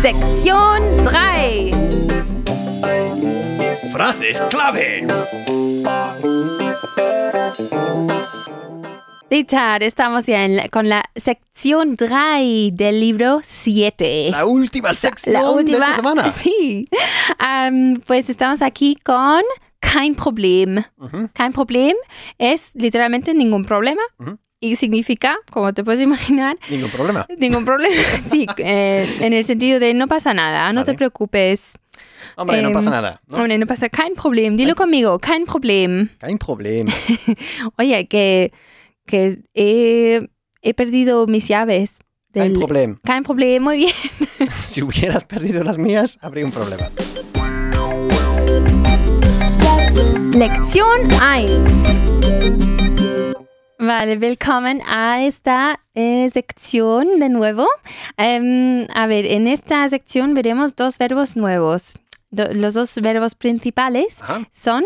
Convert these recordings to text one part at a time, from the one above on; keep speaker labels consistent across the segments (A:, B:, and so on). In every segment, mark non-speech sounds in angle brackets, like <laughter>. A: Sektion 3.
B: Frases clave.
A: Richard, estamos ya en la- con la sección 3 del libro 7.
B: La última sección de esta
A: <laughs>
B: semana.
A: Sí. Am, pues estamos aquí con kein Problem.
B: Ujú.
A: Kein Problem es literalmente ningún problema.
B: Ujú.
A: Y significa, como te puedes imaginar,
B: Ningún problema.
A: ningún
B: <laughs>
A: problema. Sí, eh, en el sentido de no pasa nada, no
B: Vale.
A: te preocupes.
B: Hombre, no
A: Em,
B: pasa nada. ¿no?
A: Hombre, no pasa, kein Problem. Dilo conmigo, kein Problem.
B: Kein Problem.
A: Oye, que, que he, he perdido mis llaves.
B: Kein
A: del-
B: Problem.
A: Kein Problem, muy bien. <laughs>
B: Si hubieras perdido las mías, habría un problema.
A: Lección 1. Vale, willkommen a esta eh, sección de nuevo. Em, a ver, en esta sección veremos dos verbos nuevos. Do- los dos verbos principales
B: Ajá,
A: son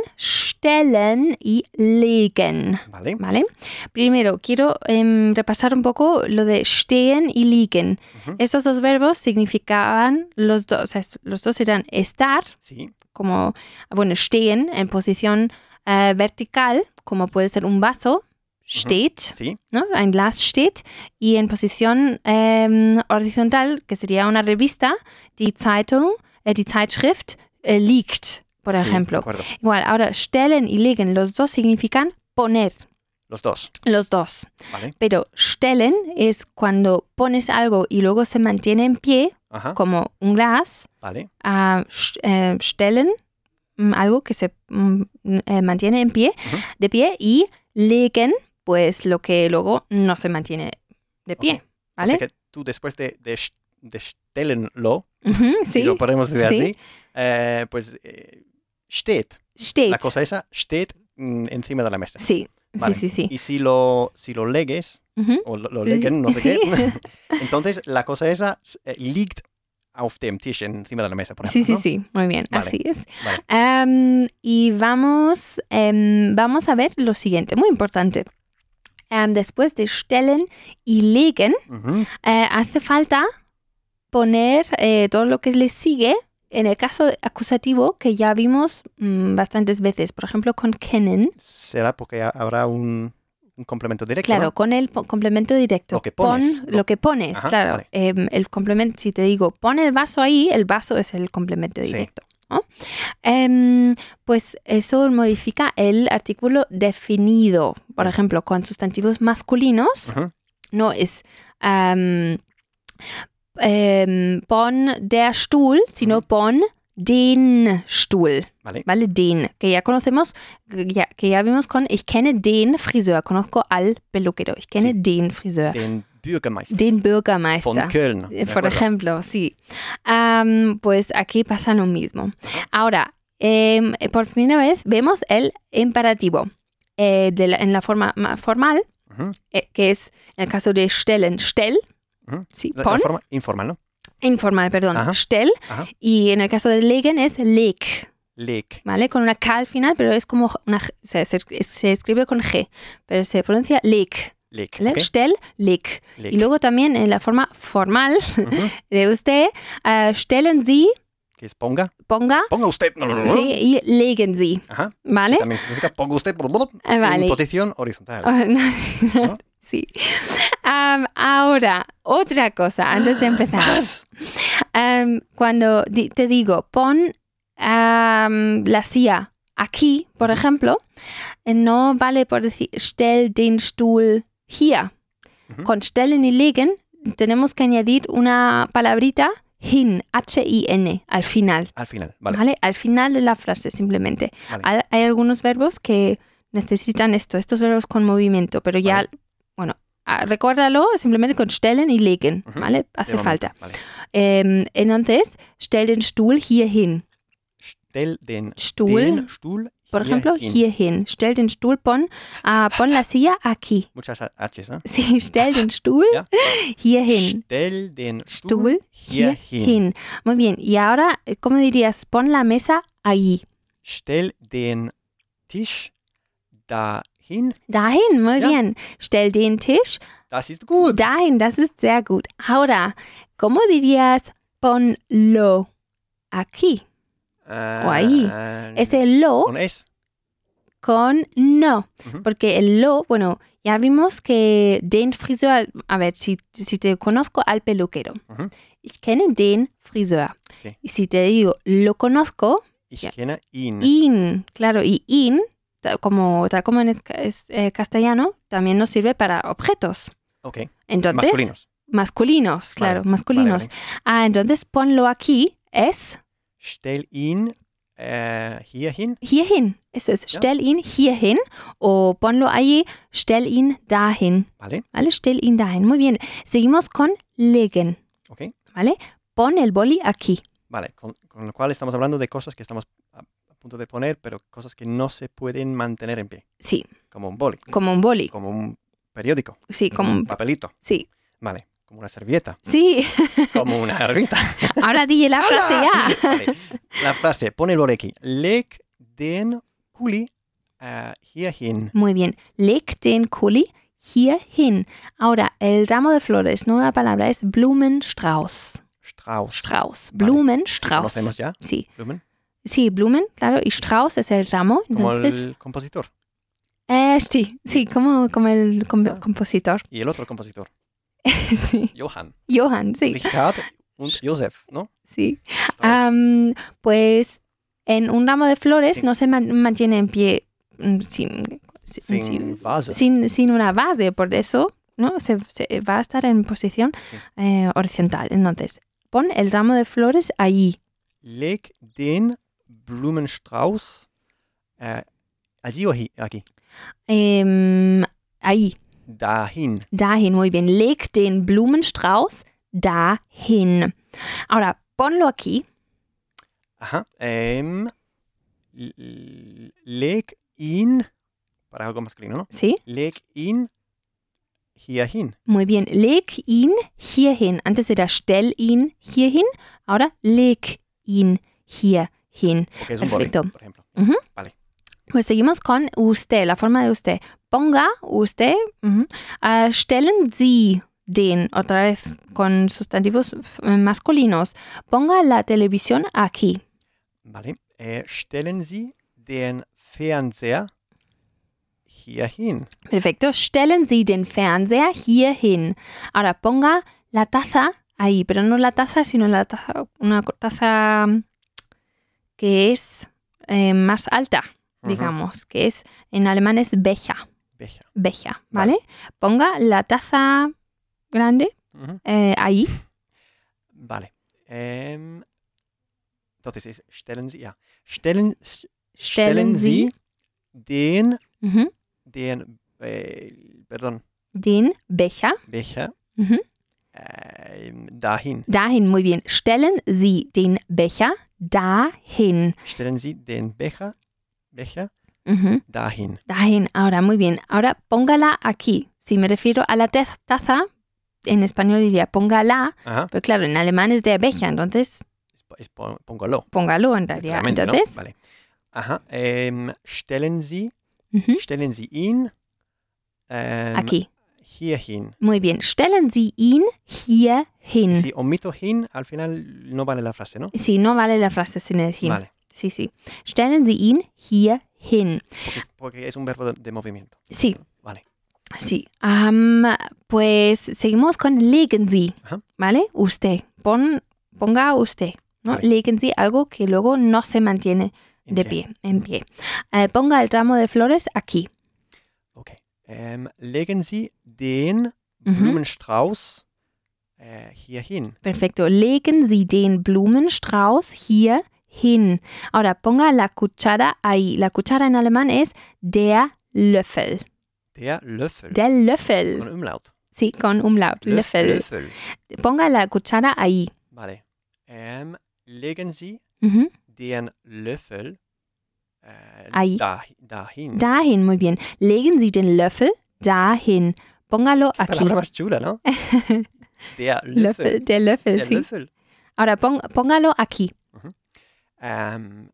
A: stellen y legen.
B: vale.
A: ¿Vale? Primero, quiero em, repasar un poco lo de stehen y liegen.
B: Ujú.
A: Estos dos verbos significaban los dos, o sea, los dos eran estar,
B: Sí.
A: como, bueno, stehen en posición eh, vertical, como puede ser un vaso, steht,
B: Sí.
A: ¿no? Ein Glas steht, y en posición em, horizontal, que sería una revista, die Zeitung, eh, die Zeitschrift, eh, liegt, por
B: sí, de
A: ejemplo.
B: acuerdo.
A: Igual, ahora, stellen y legen, los dos significan poner.
B: Los dos.
A: Los dos.
B: Vale.
A: Pero stellen es cuando pones algo y luego se mantiene en pie,
B: Ajá.
A: como un glass.
B: Vale.
A: ah, sh- eh, stellen, mm, algo que se mm, eh, mantiene en pie,
B: Ujú.
A: de pie. Y legen, pues lo que luego no se mantiene de pie.
B: Ok. O
A: ¿Vale?
B: sea que tú después de, de, sh- de stellenlo,
A: Ujú, sí.
B: si lo podemos decir
A: Sí.
B: así, eh, pues eh, steht.
A: Steht.
B: La cosa esa, steht mm, encima de la mesa.
A: Sí.
B: Vale.
A: sí, sí, sí.
B: Y si lo, si lo legues,
A: Ujú.
B: o lo, lo
A: Sí.
B: legen, no sé
A: Sí. <laughs>
B: qué, <laughs> entonces la cosa esa eh, liegt auf dem Tisch, encima de la mesa, por
A: Sí,
B: ejemplo.
A: sí,
B: ¿no?
A: sí, muy bien,
B: Vale.
A: así es.
B: Vale.
A: Em, y vamos, em, vamos a ver lo siguiente, muy importante. Em, después de stellen y legen,
B: Ujú.
A: eh, hace falta poner eh, todo lo que le sigue en el caso acusativo que ya vimos mm, bastantes veces, por ejemplo con kennen,
B: Será porque ha- habrá un, un complemento directo.
A: claro,
B: ¿no?
A: con el po- complemento directo.
B: Lo que pones,
A: Pon
B: lo-
A: lo que pones,
B: Ajá,
A: claro.
B: vale.
A: Em, el complemento, si te digo, pon el vaso ahí, el vaso es el complemento
B: Sí.
A: directo. ¿no? Em, pues eso modifica el artículo definido. Por
B: Vale.
A: ejemplo, con sustantivos masculinos,
B: Ujú.
A: no es ähm, ähm, pon der Stuhl, sino pon den Stuhl.
B: Vale.
A: Vale, den, que ya conocemos, que ya, que ya vimos con ich kenne den Friseur, conozco al peluquero, ich kenne
B: Sí.
A: den Friseur,
B: Den Bürgermeister
A: den
B: von
A: Bürgermeister.
B: Köln.
A: Eh,
B: ¿de
A: Por
B: acuerdo?
A: ejemplo, sí. Am, pues aquí pasa lo mismo. Ahora, em, por primera vez vemos el imperativo eh, de la- en la forma ma- formal
B: Ujú.
A: eh, que es en el caso de stellen, stell,
B: Ujú.
A: sí,
B: La- la
A: pon,
B: forma informal, ¿no?
A: informal, perdón,
B: Ajá.
A: stell,
B: Ajá.
A: y en el caso de legen es leg,
B: Leg.
A: ¿vale? Con una K al final, pero es como una, G, o sea, se, se escribe con G, pero se pronuncia leg,
B: Leg.
A: ¿vale?
B: ok,
A: stell, leg.
B: Leg.
A: Y luego también en la forma formal
B: Ujú.
A: de usted, eh, stellen Sie,
B: Que es ponga.
A: ponga,
B: Ponga usted.
A: <laughs> sí, y legen Sie,
B: Ajá.
A: ¿vale?
B: También significa ponga usted
A: Ah,
B: en
A: vale. <laughs>
B: posición horizontal.
A: Ah, no,
B: ¿No?
A: Sí. Am, ahora, otra cosa, antes de
B: <laughs>
A: empezar.
B: Más.
A: Em, cuando di- te digo, pon em, la silla aquí, por ejemplo, eh, no vale por decir, stell den Stuhl hier.
B: Ujú.
A: Con stellen y legen tenemos que añadir una palabrita hin, H-I-N, al final.
B: Al final.
A: Vale.
B: Vale.
A: Al final de la frase, simplemente.
B: Vale.
A: Al- Hay algunos verbos que necesitan esto, estos verbos con movimiento, pero ya,
B: Vale.
A: bueno, ah, recuérdalo simplemente con stellen y legen,
B: Ujú.
A: ¿vale?
B: De
A: Hace
B: momento,
A: falta.
B: Vale.
A: Ähm, entonces, stell den Stuhl hier hin.
B: Stell den
A: Stuhl,
B: den Stuhl
A: por
B: hier
A: ejemplo,
B: hin.
A: hier hin. Stell den Stuhl, pon, ah, pon la silla aquí. <laughs>
B: Muchas H's, ¿no?
A: Sí, stell den Stuhl
B: Ja.
A: hier hin.
B: Stell den
A: Stuhl
B: Stuhl hier hin.
A: hin. Muy bien. Y ahora, ¿cómo dirías? Pon la mesa allí.
B: Stell den Tisch dahin.
A: Dahin, muy
B: Ja.
A: bien. Stell den Tisch
B: Das ist gut.
A: dahin. Das ist sehr gut. Ahora, ¿cómo dirías? ponlo aquí. O ahí.
B: Ah,
A: Ese lo
B: Con es.
A: con no.
B: Ujú.
A: Porque el lo, bueno, ya vimos que den Friseur, a ver, si, si te conozco al peluquero,
B: Ujú.
A: ich kenne den Friseur.
B: Sí.
A: Y si te digo, lo conozco,
B: Ich
A: Ya.
B: kenne ihn.
A: in, claro, y in, ta- como, tal como en es- es, eh, castellano, también nos sirve para objetos.
B: Ok.
A: Entonces,
B: Masculinos.
A: masculinos,
B: Vale,
A: claro,
B: Vale,
A: masculinos.
B: vale.
A: Ah, entonces ponlo aquí, es
B: Stell ihn äh, hier hin.
A: hierhin. Eso es,
B: Ja.
A: stell ihn hierhin o ponlo allí, stell ihn dahin.
B: Vale.
A: ¿Vale? Stell ihn dahin. Muy bien. Seguimos con legen.
B: Ok.
A: ¿Vale? Pon el boli aquí.
B: Vale. Con, con lo cual estamos hablando de cosas que estamos a, a punto de poner, pero cosas que no se pueden mantener en pie.
A: Sí,
B: Como un boli.
A: como un boli.
B: Como un periódico.
A: Sí, como
B: Un
A: un...
B: papelito.
A: Sí.
B: Vale. Como una servilleta.
A: Sí, <laughs>
B: Como una revista.
A: ahora dije la frase ya.
B: Vale. La frase, pon el boli aquí. Leg den Kuli äh, hier hin.
A: Muy bien. Leg den Kuli hierhin. Ahora, el ramo de flores, nueva palabra, es Blumenstrauß.
B: Strauß.
A: Strauß.
B: Vale.
A: Blumenstrauß.
B: Conocemos ya.
A: Sí.
B: Blumen.
A: Sí, Blumen, claro. Y Strauß es el ramo.
B: Como
A: Entonces,
B: el compositor.
A: eh, sí, sí, como, como el com-
B: Ah.
A: compositor. <laughs>
B: Y el otro compositor.
A: sí.
B: Johann.
A: Johann, sí. Ah, mm,
B: Richard und Josef, ¿no?
A: Sí.
B: Strauss.
A: Am, pues en un ramo de flores
B: Sí.
A: no se man- mantiene en pie mm, sin, sin-
B: Sin
A: sin-
B: vase.
A: sin- sin una base, por eso ¿no? se, se va a estar en posición
B: Sí.
A: eh, horizontal. Entonces, pon el ramo de flores allí.
B: Leg den Blumenstrauß äh, allí o hi- aquí.
A: Em, ahí,
B: Dahin.
A: dahin, muy bien. Leg den Blumenstrauß dahin. Ahora, ponlo aquí.
B: Ajá. Ähm, l- l- leg ihn. Para algo masculino, ¿no?
A: ¿Sí?
B: Leg ihn hierhin.
A: Muy bien. Leg ihn hierhin. Antes era stell ihn hierhin. Ahora leg ihn hierhin.
B: Porque es un boli,
A: Perfecto.
B: por ejemplo.
A: Pues seguimos con usted, la forma de usted. Ponga usted. ujú. Ah, stellen Sie den. Otra vez con sustantivos f- masculinos. Ponga la televisión aquí.
B: Vale. Äh, stellen Sie den Fernseher hierhin.
A: Perfecto. Stellen Sie den Fernseher hierhin. Ahora ponga la taza ahí, pero no la taza, sino la taza, una co- taza mm, que es eh, más alta,
B: Ujú.
A: digamos, que es en alemán es Becher,
B: Becher.
A: Becher,
B: Vale.
A: ¿vale? Ponga la taza grande
B: Mhm.
A: eh, ahí.
B: Vale. Ähm, entonces, es- stellen Sie, ja. Stellen, s- stellen Sie den,
A: ujú,
B: den, äh, perdón,
A: den Becher
B: Becher
A: Mhm.
B: ähm, dahin.
A: dahin, muy bien. Stellen Sie den Becher dahin.
B: Stellen Sie den Becher, Becher
A: Ujú.
B: dahin.
A: Dahin, ahora muy bien. Ahora póngala aquí. Si me refiero a la te- taza, en español diría póngala,
B: Ajá.
A: pero claro, en alemán es de abeja, entonces
B: Es, po- es po- póngalo.
A: póngalo en realidad.
B: claramente, ¿no?
A: Entonces,
B: Vale. Ajá. Ähm, stellen Sie,
A: ujú,
B: stellen Sie ihn ähm,
A: Hm? aquí.
B: hierhin.
A: Muy bien. Stellen Sie ihn hier hin.
B: Si omito hin, al final no vale la frase, ¿no?
A: Sí, no vale la frase sin el hin.
B: Vale.
A: Sí, sí. Stellen Sie ihn hier hin.
B: Porque es, porque es un verbo de- de movimiento.
A: Sí,
B: Vale.
A: sí. Am, pues seguimos con legen Sie,
B: Ajá.
A: ¿vale? Usted. Pon, ponga usted. ¿no?
B: Vale.
A: Legen Sie algo que luego no se mantiene
B: en
A: de
B: pie.
A: pie, en pie. Eh, ponga el ramo de flores aquí.
B: Okay. Ähm, legen Sie den
A: Mhm.
B: Blumenstrauß äh, hier hin.
A: Perfecto. Legen Sie den Blumenstrauß hier hin. Ahora ponga la cuchara ahí. La cuchara en alemán es der Löffel.
B: Der Löffel.
A: Der
B: Von
A: Löffel.
B: Umlaut.
A: Sí, con umlaut.
B: Löff-
A: Löffel.
B: Löffel.
A: Ponga la cuchara ahí.
B: Vale. Ähm, legen Sie
A: Ujú.
B: den Löffel äh,
A: Ahí.
B: dah- dahin.
A: Dahin, muy bien. Legen Sie den Löffel dahin. Póngalo aquí.
B: Palabra más chula,
A: <laughs>
B: ¿no? Der
A: Löffel,
B: Löffel.
A: der Löffel,
B: Der
A: sí.
B: Löffel.
A: Ahora pon- póngalo aquí.
B: Ähm,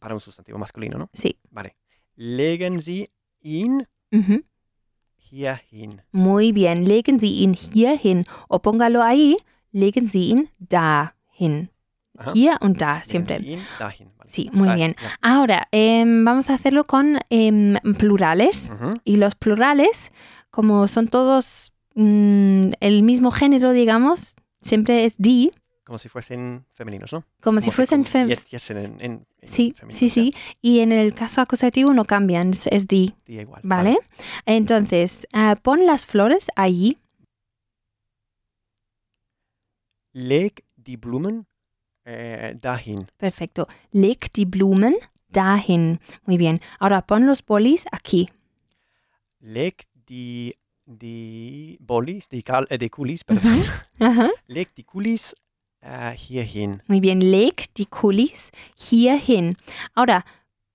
B: para un sustantivo masculino, ¿no?
A: Sí.
B: Vale. Legen Sie ihn
A: Ujú.
B: hier hin.
A: Muy bien, legen Sie ihn hier hin o póngalo ahí. legen Sie ihn dahin.
B: Ajá.
A: Hier und da Ah, siempre.
B: Legen Sie ihn dahin, vale.
A: Sí, muy
B: Dahin,
A: bien.
B: ya.
A: Ahora, em, vamos a hacerlo con em, plurales.
B: Ujú.
A: Y los plurales, como son todos mm, el mismo género, digamos, siempre es di,
B: Como si fuesen femeninos, ¿no?
A: como si fuesen
B: fem...
A: fem-
B: Yes, en, en, en
A: Sí,
B: femenino,
A: sí,
B: o sea,
A: sí. Y en el caso acusativo no cambian, es- es di,
B: di igual.
A: ¿vale? Entonces, ah, pon las flores allí.
B: Leg die Blumen eh, dahin.
A: Perfecto. Leg die Blumen dahin. Muy bien. Ahora pon los bolis aquí.
B: Leg die, die Bolis, die, Kal eh, die Kulis, perdón.
A: Ajá.
B: Leg die Kulis eh, hierhin.
A: Muy bien. Leg die Kulis hierhin. Ahora,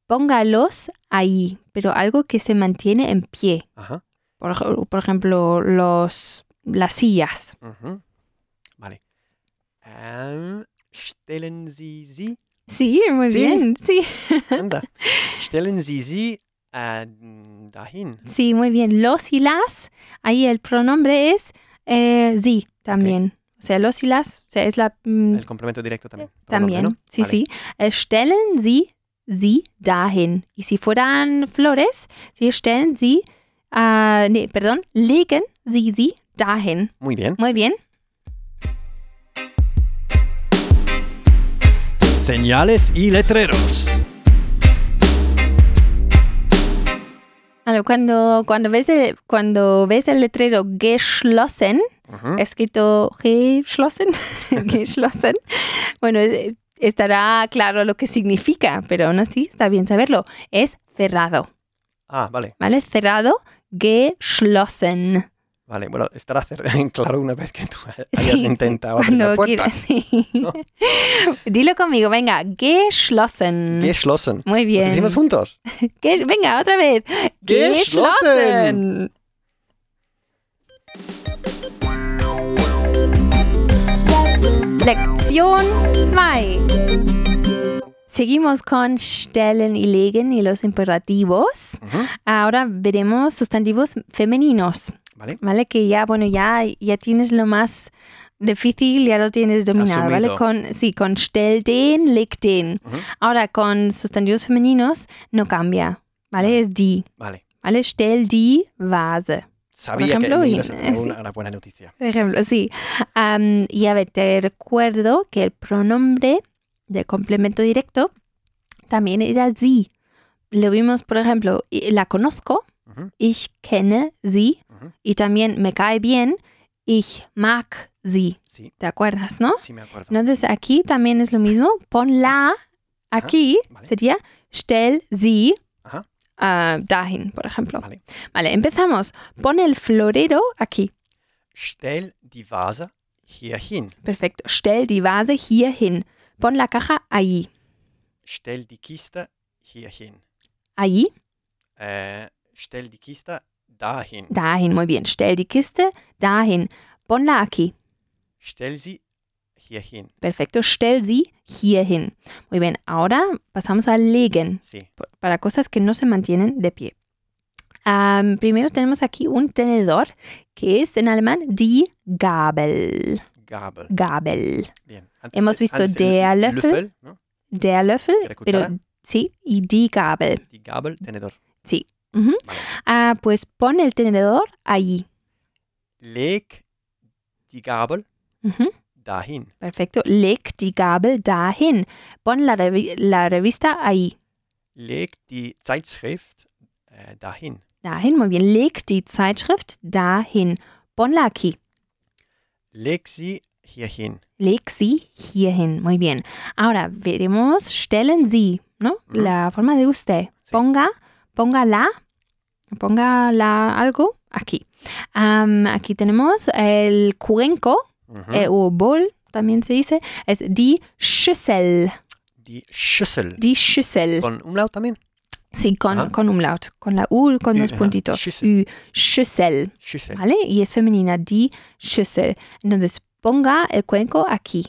A: póngalos ahí, pero algo que se mantiene en pie.
B: Ajá.
A: Por, ej- por ejemplo, los, las sillas.
B: ujú. Vale. Ähm, stellen Sie sie.
A: <laughs> Sí, muy
B: Sí.
A: bien. Sí.
B: Anda. stellen Sie sie äh, dahin.
A: sí, muy bien. Los y las, ahí el pronombre es eh, sí también. O sea, los y las, o sea, es la... mm,
B: El complemento directo también.
A: También,
B: Pronombre, ¿no?
A: sí,
B: Vale.
A: sí. Eh, stellen Sie sie dahin. Y si fueran flores, Sie stellen Sie, ah, nee, perdón, legen Sie sie dahin.
B: Muy bien.
A: Muy bien.
B: Señales y letreros.
A: Ahora, Cuando, cuando, ves el, cuando ves el letrero geschlossen, Eh.
B: Ujú.
A: escrito geschlossen, <laughs> geschlossen, bueno, eh, estará claro lo que significa, pero aún así está bien saberlo. Es cerrado,
B: Ah, vale.
A: ¿vale? Cerrado, geschlossen.
B: Vale, bueno, estará cer- <laughs> claro una vez que tú hayas
A: Sí,
B: intentado abrir
A: Cuando
B: la puerta.
A: quieras, <laughs> sí.
B: ¿no?
A: Dilo conmigo, venga, geschlossen.
B: Geschlossen.
A: Muy
B: ¿Lo
A: bien.
B: decimos juntos?
A: Ge- venga, otra vez.
B: Geschlossen.
A: Geschlossen. Lección 2. Seguimos con stellen y legen y los imperativos. <laughs>
B: Ujú,
A: Ahora veremos sustantivos femeninos.
B: Vale.
A: ¿vale? Que ya, bueno, ya, ya tienes lo más difícil, ya lo tienes dominado,
B: Asumido.
A: ¿vale? Con, sí, con stell den, leg den.
B: Ujú.
A: Ahora, con sustantivos femeninos no cambia, ¿vale?
B: Vale.
A: Es die,
B: Vale.
A: ¿vale? Stell die Vase.
B: Sabía
A: ejemplo,
B: que me
A: y-
B: ibas a tener
A: sí.
B: una, una buena noticia.
A: Por ejemplo, sí. Am, y a ver, te recuerdo que el pronombre de complemento directo también era sie. Lo vimos, por ejemplo, y- la conozco,
B: Ujú,
A: ich kenne sie,
B: ujú.
A: y también me cae bien, ich mag sie.
B: Sí,
A: ¿Te acuerdas, no?
B: sí me acuerdo.
A: Entonces aquí también es lo mismo. Pon la aquí,
B: vale.
A: sería stell sie
B: Ajá.
A: ah, dahin, por ejemplo.
B: Vale.
A: Vale, empezamos. Pon el florero aquí.
B: Stell die Vase hierhin.
A: Perfecto. Stell die Vase hier hin. Pon la caja allí.
B: Stell die Kiste hierhin.
A: Allí,
B: Äh, stell die Kiste dahin.
A: dahin. Muy bien. Stell die Kiste dahin. Ponla aquí.
B: Stell sie hierhin.
A: Perfecto. Stell sie hier hin. Muy bien. Ahora pasamos a legen.
B: Sí.
A: por- para cosas que no se mantienen de pie. Am, primero tenemos aquí un tenedor que es en alemán die Gabel.
B: Gabel.
A: Gabel.
B: Bien.
A: Hemos visto
B: der
A: der Löffel.
B: ¿no?
A: Der Löffel,
B: ¿La cuchara?
A: pero sí, y die Gabel.
B: Die Gabel, tenedor.
A: Ah, pues pon el tenedor allí.
B: Leg die Gabel
A: Ujú,
B: dahin.
A: perfecto. Leg die Gabel dahin. Pon la, revi- la revista ahí.
B: Leg die Zeitschrift äh, dahin.
A: Dahin, muy bien. Leg die Zeitschrift dahin. Ponla aquí.
B: Leg sie hierhin.
A: Leg sie hierhin. Muy bien. Ahora veremos, stellen Sie, ¿no?
B: Ujú.
A: La forma de usted.
B: Sí.
A: Ponga, ponga la, ponga la algo aquí. Am, aquí tenemos el cuenco
B: Mhm.
A: eh, o bol, también se dice. Es die Schüssel.
B: Die Schüssel.
A: Die Schüssel.
B: Con Umlaut también.
A: sí, con,
B: Ajá.
A: con umlaut. Con la U, con
B: Ü,
A: los
B: ajá.
A: puntitos.
B: Schüssel.
A: Ü. Schüssel.
B: Schüssel.
A: ¿Vale? Y es femenina, die Schüssel. Entonces, ponga el cuenco aquí,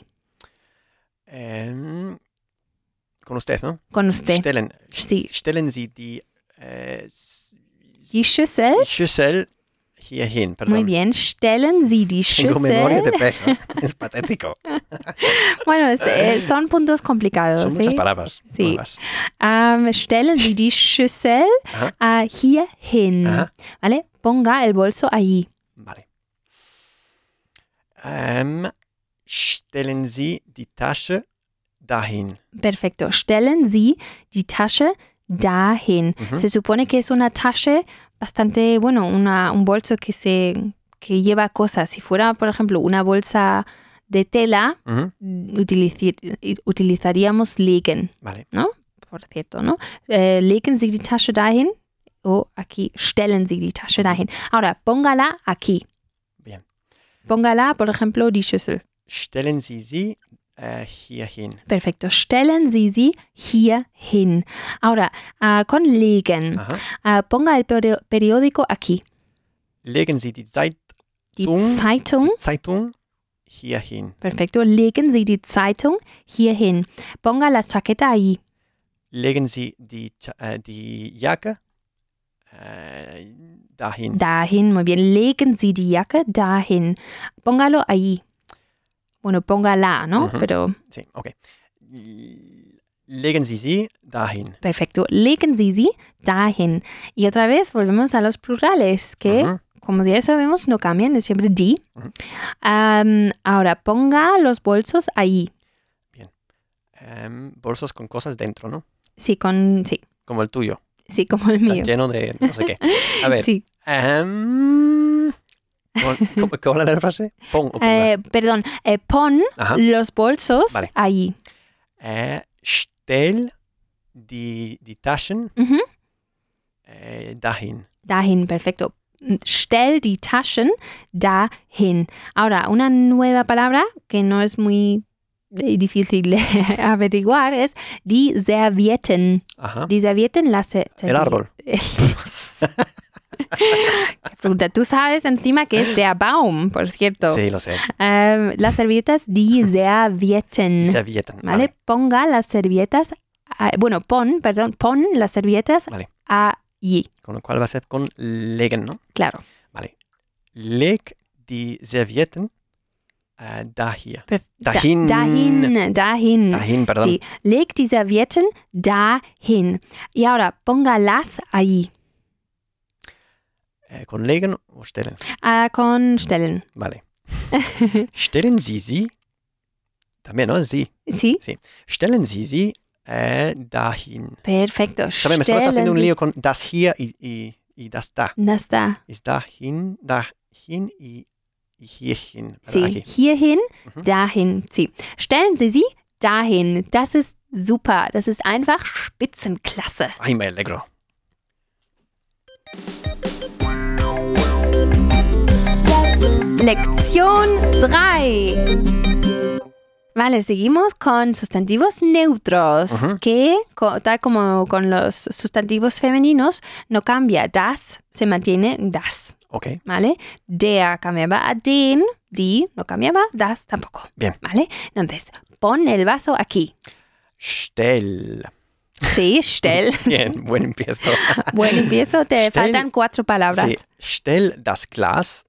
B: Ähm, con usted, ¿no?
A: con usted.
B: Stellen,
A: Sí.
B: stellen Sie die, äh, s-
A: Die Schüssel
B: Schüssel hierhin, perdón.
A: Muy bien, stellen Sie die
B: Tengo memoria
A: Schüssel.
B: de perro. Es patético.
A: <laughs> Bueno, es-
B: <laughs>
A: eh, son puntos complicados.
B: Son
A: ¿sí?
B: muchas palabras.
A: Sí.
B: nuevas.
A: Ähm, stellen Sie die Schüssel äh, hier hin.
B: Ajá.
A: ¿Vale? Ponga el bolso allí.
B: Vale. Ähm, stellen Sie die Tasche dahin.
A: Perfecto. Stellen Sie die Tasche dahin.
B: Ujú.
A: Se supone que es una tasche bastante, bueno, una, un bolso que se que lleva cosas. Si fuera, por ejemplo, una bolsa de tela, mm,
B: Mhm.
A: utilici- utilizaríamos legen,
B: Vale.
A: por cierto, ¿no? Eh, legen Sie die Tasche dahin o aquí stellen Sie die Tasche dahin. Ahora, póngala aquí.
B: Bien.
A: Póngala, por ejemplo, die Schüssel.
B: Stellen Sie sie äh, hierhin.
A: Perfecto. Stellen Sie sie hier hin. Ahora, ah, con legen.
B: Aha.
A: Ah, ponga el perio- periódico aquí.
B: Legen Sie die Zeit
A: Die
B: Tung.
A: Zeitung.
B: Zeitung hierhin.
A: Perfecto. Legen Sie die Zeitung hier hin. Ponga la chaqueta ahí.
B: Legen Sie die, Cha- äh, die Jacke äh, dahin.
A: Dahin. Muy bien. Legen Sie die Jacke dahin. Póngalo allí. Bueno, póngala, ¿no?
B: Ujú.
A: Pero
B: Sí, okay. L- Legen Sie sie dahin.
A: perfecto. Legen Sie sie dahin. Y otra vez volvemos a los plurales que
B: Mhm.
A: como ya sabemos, no cambian, es siempre di.
B: Ujú.
A: Am, ahora, ponga los bolsos ahí.
B: Ähm, bolsos con cosas dentro, ¿no?
A: Sí, con, sí,
B: Como el tuyo.
A: sí, como el
B: Está
A: mío.
B: lleno de no sé qué.
A: <laughs>
B: A ver.
A: Sí.
B: Ähm, ¿Cómo, cómo- cómo era la frase? Pon o ponga.
A: Eh, perdón, eh, pon
B: Ajá.
A: los bolsos
B: Vale.
A: ahí.
B: Äh, stell die, die Taschen
A: Ujú.
B: äh, dahin.
A: Dahin, perfecto. Stell die Taschen dahin. Ahora, una nueva palabra que no es muy eh, difícil <laughs> averiguar es die Servietten.
B: Ajá.
A: Die Servietten, las... se-
B: El árbol.
A: Qué <laughs> Pregunta, tú sabes encima que es der Baum, por cierto.
B: Sí, lo sé.
A: Em, las servilletas die
B: Die
A: Servietten.
B: Servietten.
A: Mm. ¿Vale? Ponga las servilletas, ah, bueno, pon, perdón, pon las servilletas
B: Vale.
A: allí,
B: Con lo cual va a ser con legen, ¿no?
A: claro.
B: Vale. Leg die Servietten äh, dahin.
A: Per- da-
B: Dahin.
A: Dahin, dahin.
B: Dahin, perdón.
A: Sí. Leg die Servietten dahin. Y ahora, ponga las allí.
B: Äh, con legen o stellen.
A: Ah, con stellen,
B: Vale. <laughs> stellen Sie sie. También, ¿no? Sie.
A: ¿sí?
B: Stellen Sie sie äh, dahin.
A: Perfecto.
B: Sabes, me estabas haciendo un
A: Stellen
B: lío con das hier y, y, y das da.
A: Sie- Ya está.
B: Es dahin, dahin y, y hierhin. ¿verdad?
A: Sie
B: Aquí.
A: hierhin,
B: Mhm.
A: dahin. Sie. Stellen Sie sie dahin. Das ist super. Das ist einfach Spitzenklasse.
B: Ay, me alegro.
A: Lektion 3. Vale, seguimos con sustantivos neutros,
B: Ujú.
A: que co- tal como con los sustantivos femeninos no cambia. Das se mantiene das,
B: Ok,
A: ¿vale? Der cambiaba a den, die no cambiaba, das tampoco.
B: Bien.
A: ¿Vale? Entonces, pon el vaso aquí.
B: stell. <laughs>
A: Sí, stell.
B: Bien, buen empiezo.
A: Buen empiezo, te
B: Stell-
A: faltan cuatro palabras.
B: Sí, stell das Glas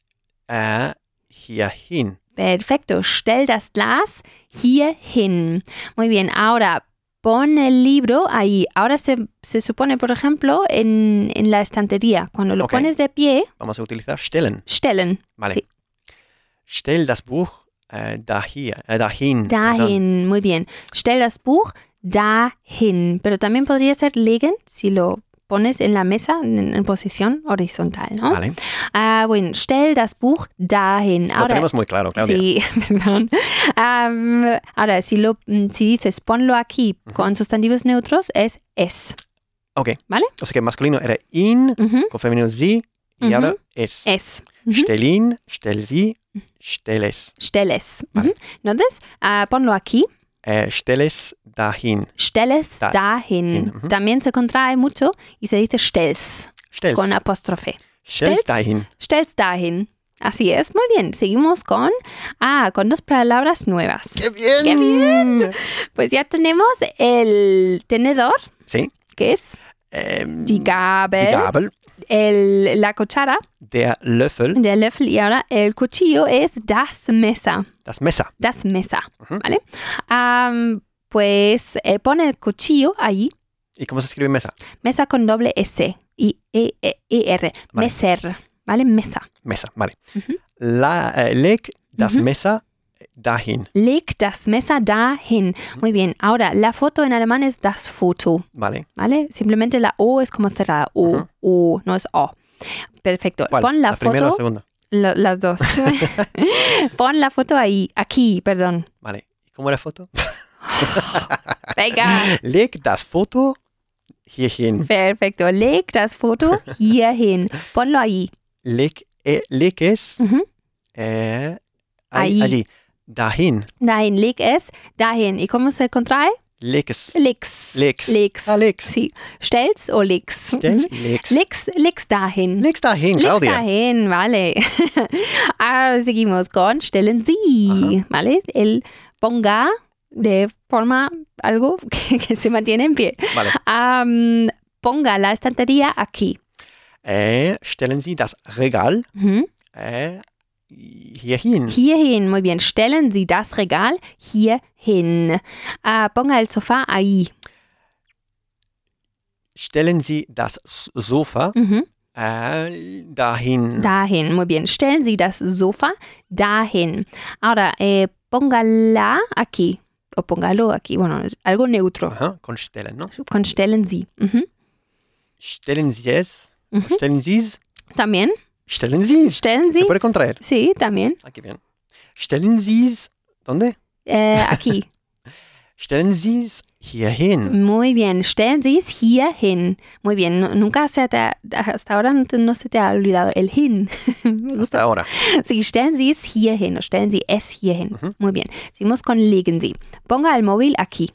B: äh, hierhin.
A: Perfecto, stell das Glas hier hin. Muy bien, ahora pon el libro ahí. Ahora se, se supone, por ejemplo, en, en la estantería. Cuando lo
B: Ok.
A: pones de pie,
B: Vamos a utilizar stellen.
A: stellen.
B: Vale.
A: Sí.
B: Stell das Buch äh, dahier, äh, dahin. Perdón.
A: Dahin, muy bien. Stell das Buch dahin. Pero también podría ser legen si lo pones en la mesa en, en posición horizontal, ¿no?
B: Vale.
A: Ah, bueno, stell das Buch dahin.
B: Lo
A: Ahora,
B: tenemos muy claro, Claudia.
A: Sí, <laughs> perdón. Am, ahora, si, lo, mm, si dices ponlo aquí con sustantivos neutros, es es.
B: O sea que masculino era in,
A: Ujú,
B: con femenino sie y
A: Ujú.
B: ahora es.
A: Es. Ujú.
B: Stell ihn, stell sie, stell es.
A: Stelles.
B: Vale.
A: Ujú. Entonces, ah, ponlo aquí.
B: Äh, stell es dahin.
A: Stelles
B: Da-
A: dahin.
B: hin, ujú.
A: También se contrae mucho y se dice stels
B: Stell's.
A: con apóstrofe.
B: Stell's
A: stell's.
B: dahin.
A: Stels dahin. Así es. Muy bien. Seguimos con, ah, con dos palabras nuevas.
B: ¡Qué bien!
A: ¡Qué bien! Pues ya tenemos el tenedor,
B: Sí.
A: que es
B: Ähm,
A: die Gabel.
B: Die Gabel.
A: el, la cuchara,
B: Der Löffel,
A: der Löffel y ahora el cuchillo es das Messer.
B: das Messer.
A: Das Messer,
B: Ujú.
A: ¿vale? Am, pues eh, pone el cuchillo allí,
B: ¿Y cómo se escribe mesa?
A: mesa con doble S y E, E, E, R,
B: Vale.
A: meser, ¿vale? Mesa.
B: Mesa, vale.
A: Ujú.
B: La, eh, leg, das
A: Ujú.
B: Messer eh, dahin,
A: Leg das Messer dahin. Muy bien. Ahora, la foto en alemán es das Foto,
B: vale.
A: ¿vale? Simplemente la O es como cerrada. O,
B: Ujú.
A: O, no es O. Perfecto.
B: ¿Cuál?
A: Pon la,
B: primera o la
A: foto,
B: segunda.
A: lo- las dos.
B: <laughs>
A: <laughs> Pon la foto ahí, aquí,
B: <laughs>
A: perdón.
B: Vale. ¿Y cómo era la foto? <laughs>
A: Venga.
B: Leg das Foto hierhin.
A: Perfecto. Leg das
B: <laughs>
A: Foto hierhin. Ponlo ahí.
B: Leg, eh, leg es
A: Ujú.
B: eh,
A: Ahí.
B: ahí, allí. Dahin.
A: Nein, leg es dahin. ¿Y cómo se contrae?
B: Legs.
A: Legs.
B: Legs.
A: Legs.
B: Ah, legs.
A: Sí. Stells o legs.
B: Stell's
A: Mhm.
B: legs.
A: Legs, legs dahin.
B: Legs dahin,
A: Links
B: Claudia.
A: dahin, vale. <laughs> ah, seguimos con stellen Sie, ¿vale? El ponga de forma algo <laughs> que, que se mantiene en pie.
B: Vale.
A: Am, ponga la estantería aquí.
B: Eh, stellen Sie das Regal
A: Ujú.
B: äh, hierhin.
A: Hierhin, muy bien. Stellen Sie das Regal hierhin. Ah, ponga el sofá ahí.
B: Stellen Sie das S- Sofa
A: Ujú.
B: äh, dahin.
A: Mhm. Dahin, muy bien. Stellen Sie das Sofa dahin. Ahora, eh, póngala aquí. O póngalo aquí. Bueno, es algo neutro.
B: Aha, con stellen, ne?
A: Con stellen Sie. Mhm. Ujú.
B: Stellen Sie es.
A: Ujú.
B: Stellen Sie es.
A: También.
B: Stellen Sie es.
A: Mhm. Stellen
B: Se
A: Sie.
B: puede contraer.
A: Sí, también.
B: Aquí bien. Stellen Sie es. ¿Dónde?
A: Eh, aquí.
B: Stellen Sie es hierhin.
A: Muy bien. Stellen Sie es hier hin. Muy bien. Nu- nunca se te ha- hasta ahora no, te- no se te ha olvidado el hin. <laughs> Me gusta.
B: Hasta ahora.
A: Sí, stellen Sie es hier hin. o Stellen Sie es hier hin.
B: Ujú.
A: Muy bien. Seguimos con legen Sie. Ponga el móvil aquí.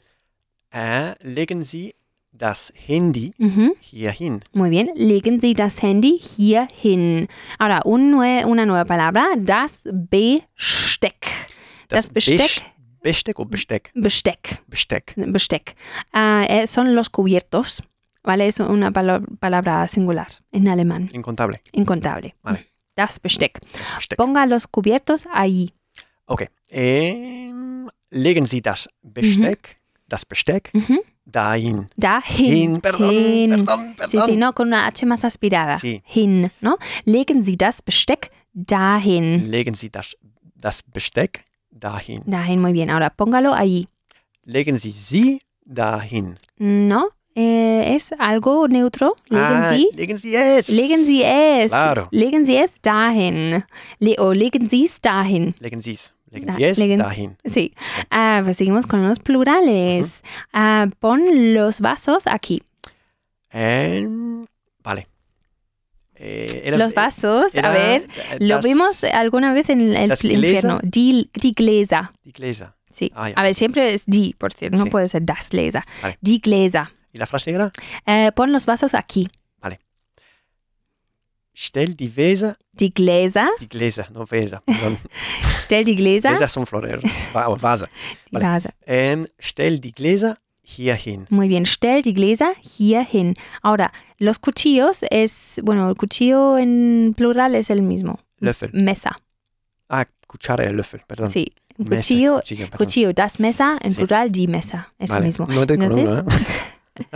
B: Äh, legen Sie das Handy
A: Ujú.
B: hierhin.
A: Muy bien. Legen Sie das Handy hier hin. Ahora, un nue- una nueva palabra. Das Besteck. Das Besteck.
B: Bes- Besteck oder Besteck?
A: Besteck.
B: Besteck.
A: besteck. Ah, eh, son los cubiertos, ¿vale? Es una palo- palabra singular en alemán,
B: Incontable.
A: incontable.
B: Vale.
A: Das Besteck.
B: Das Besteck.
A: Ponga los cubiertos ahí.
B: Okay. Ähm, legen Sie das Besteck,
A: Mhm.
B: das Besteck
A: Ujú.
B: dahin.
A: Dahin.
B: Hin, perdón,
A: Hin.
B: perdón,
A: Sí,
B: perdón.
A: sí, no, con una H más aspirada.
B: Oh. Sí.
A: Hin, ¿no? Legen Sie das Besteck dahin.
B: Legen Sie das, das Besteck dahin.
A: Dahin, muy bien. Ahora, póngalo ahí.
B: Legen Sie sie dahin.
A: ¿No? Eh, es algo neutro. Legen
B: Ah,
A: Sie.
B: legen Sie es.
A: Legen Sie es.
B: Claro.
A: Legen Sie es dahin. Le o legen Sie es dahin.
B: Legen Sie es. Legen
A: Da-
B: Sie es
A: legen-
B: dahin.
A: Sí. Ah, pues seguimos con los plurales. Ah, pon los vasos aquí.
B: Ähm, vale. Äh, era-
A: Los vasos,
B: era-
A: a ver.
B: äh,
A: Lo
B: das-
A: vimos eh, alguna vez en el
B: das
A: pl- infierno. Die, die Gläser.
B: Die Gläser.
A: Sí.
B: Ah, ya.
A: A ver, siempre es die, por cierto. No
B: Sí.
A: puede ser das Gläser.
B: Vale.
A: Die Gläser.
B: ¿Y la frase era?
A: Eh, pon los vasos aquí.
B: Stell die Weser,
A: Die Gläser.
B: die Gläser, no
A: <laughs>
B: Weser. perdón.
A: Stell die Gläser.
B: Gläser son floreros. Va- o Vase.
A: Die
B: vale.
A: Vase.
B: Ähm, stell die Gläser hierhin.
A: Muy bien. Stell die Gläser hier hin. Ahora, los cuchillos es, bueno, el cuchillo en plural es el mismo.
B: Löffel.
A: Mesa.
B: Ah, Cuchara, Löffel, perdón.
A: Sí. Un
B: Messer,
A: cuchillo
B: perdón.
A: Cuchillo, das Messer, en
B: Sí.
A: plural die Messer, es
B: Vale.
A: lo mismo.
B: No doy con uno,
A: Entonces-
B: ¿eh?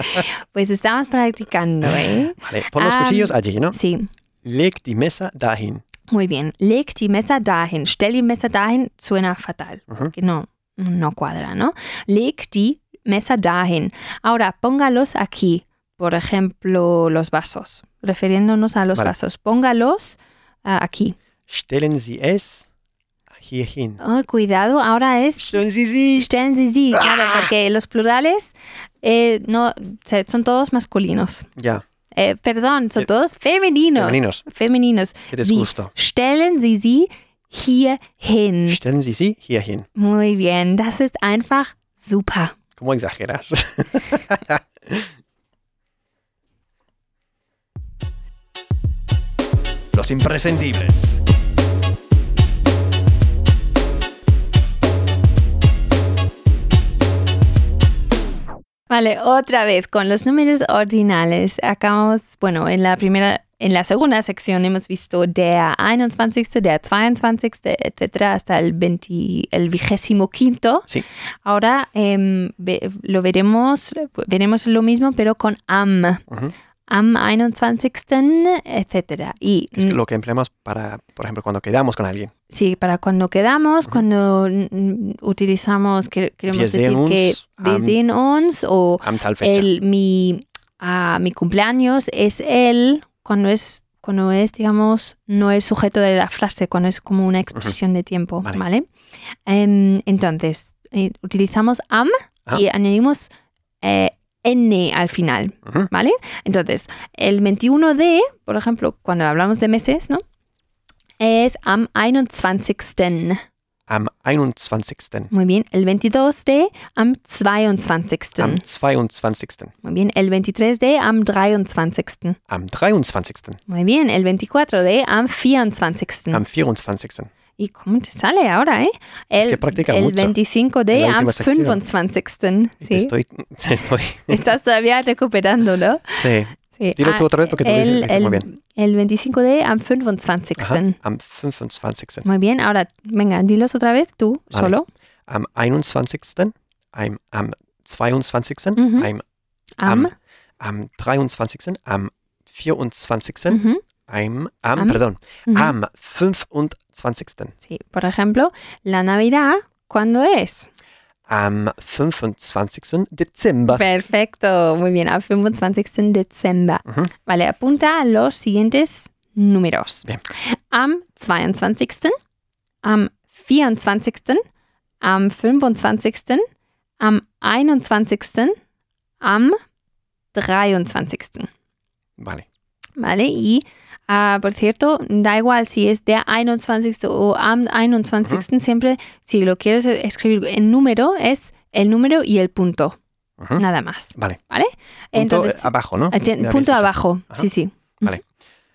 A: Pues estamos practicando,
B: <laughs>
A: ¿eh?
B: Vale, pon los
A: Ah,
B: cuchillos allí, ¿no?
A: Sí,
B: Leg die Messer dahin.
A: muy bien. Leg die Messer dahin, stell die Messer dahin, suena fatal,
B: Ujú.
A: porque no, no cuadra, ¿no? Leg die Messer dahin. Ahora, póngalos aquí, por ejemplo, los vasos, refiriéndonos a los
B: Vale.
A: vasos. Póngalos ah, aquí.
B: Stellen Sie es hierhin.
A: Oh, cuidado, ahora es...
B: Stellen Sie sie.
A: Stellen Sie sie,
B: Ah.
A: claro, porque los plurales eh, no, se- son todos masculinos.
B: Ya,
A: Eh, perdón, son
B: Eh,
A: todos femeninos.
B: femeninos.
A: Femeninos.
B: qué
A: Sie.
B: disgusto.
A: Stellen Sie sie hier hin.
B: Stellen Sie sie hierhin.
A: Muy bien, das ist einfach super.
B: ¿Cómo exageras? <laughs> Los imprescindibles.
A: Vale, otra vez con los números ordinales. Acabamos, bueno, en la primera En la segunda sección hemos visto der 21., der 22., etcétera, hasta el, 20 el vigésimo quinto.
B: Sí.
A: Ahora em, ve- lo veremos, veremos lo mismo, pero con am,
B: Ujú.
A: am 21., etcétera. Y
B: Es lo que empleamos para, por ejemplo, cuando quedamos con alguien.
A: Sí, para cuando quedamos, cuando mm, utilizamos, que- queremos
B: Wir
A: decir
B: sehen
A: que
B: uns
A: wir
B: am-
A: sehen uns o
B: Am tal fecha.
A: el, mi, ah, mi cumpleaños es el, cuando es, cuando es, digamos, no el sujeto de la frase, cuando es como una expresión de tiempo, ¿vale?
B: Vale.
A: Em, entonces, eh, utilizamos am
B: Ah.
A: y añadimos eh, n al final.
B: Ujú.
A: Entonces, el 21 de, por ejemplo, cuando hablamos de meses, ¿no? Es am 21.
B: Am 21.
A: Muy bien. El 22 de am 22.
B: Am 22.
A: Muy bien. El 23 de am 23.
B: Am 23.
A: Muy bien. El 24 de am 24.
B: Am 24.
A: ¿Y cómo te sale ahora, eh? El,
B: Es que practica
A: el
B: mucho.
A: 25
B: En
A: de
B: la
A: am
B: última sección.
A: 25. Sí.
B: Estoy, <laughs> estoy.
A: <laughs> Estás todavía recuperando, ¿no?
B: Sí.
A: Sí.
B: Dilo
A: Ah,
B: tú otra vez porque tú lo
A: el-
B: dices muy
A: el- El 25 de am 25.
B: Ajá. Am 25.
A: Muy bien, ahora, venga, dilos otra vez tú,
B: Vale.
A: solo.
B: Am 21. Am, am 22.
A: Mhm.
B: Am,
A: Am.
B: am 23. Am 24.
A: Ujú.
B: Am, am,
A: Mhm. Am. Mhm.
B: perdón.
A: Ujú.
B: Am 25.
A: Sí, por ejemplo, la Navidad, ¿cuándo es?
B: Am 25. Dezember.
A: Perfecto, muy bien, al 25 de diciembre.
B: Ujú.
A: Vale, apunta los siguientes números.
B: Bien.
A: Am 22., am 24., am 25., am 21., am 23.
B: Vale.
A: ¿vale? Y, ah, por cierto, da igual si es de 21 o am 21, siempre si lo quieres e-, escribir en número, es el número y el punto,
B: Ujú.
A: nada más.
B: Vale. Punto
A: Entonces,
B: eh, abajo, ¿no?
A: eh,
B: Me habías
A: punto
B: dicho.
A: abajo,
B: Ajá.
A: sí, sí.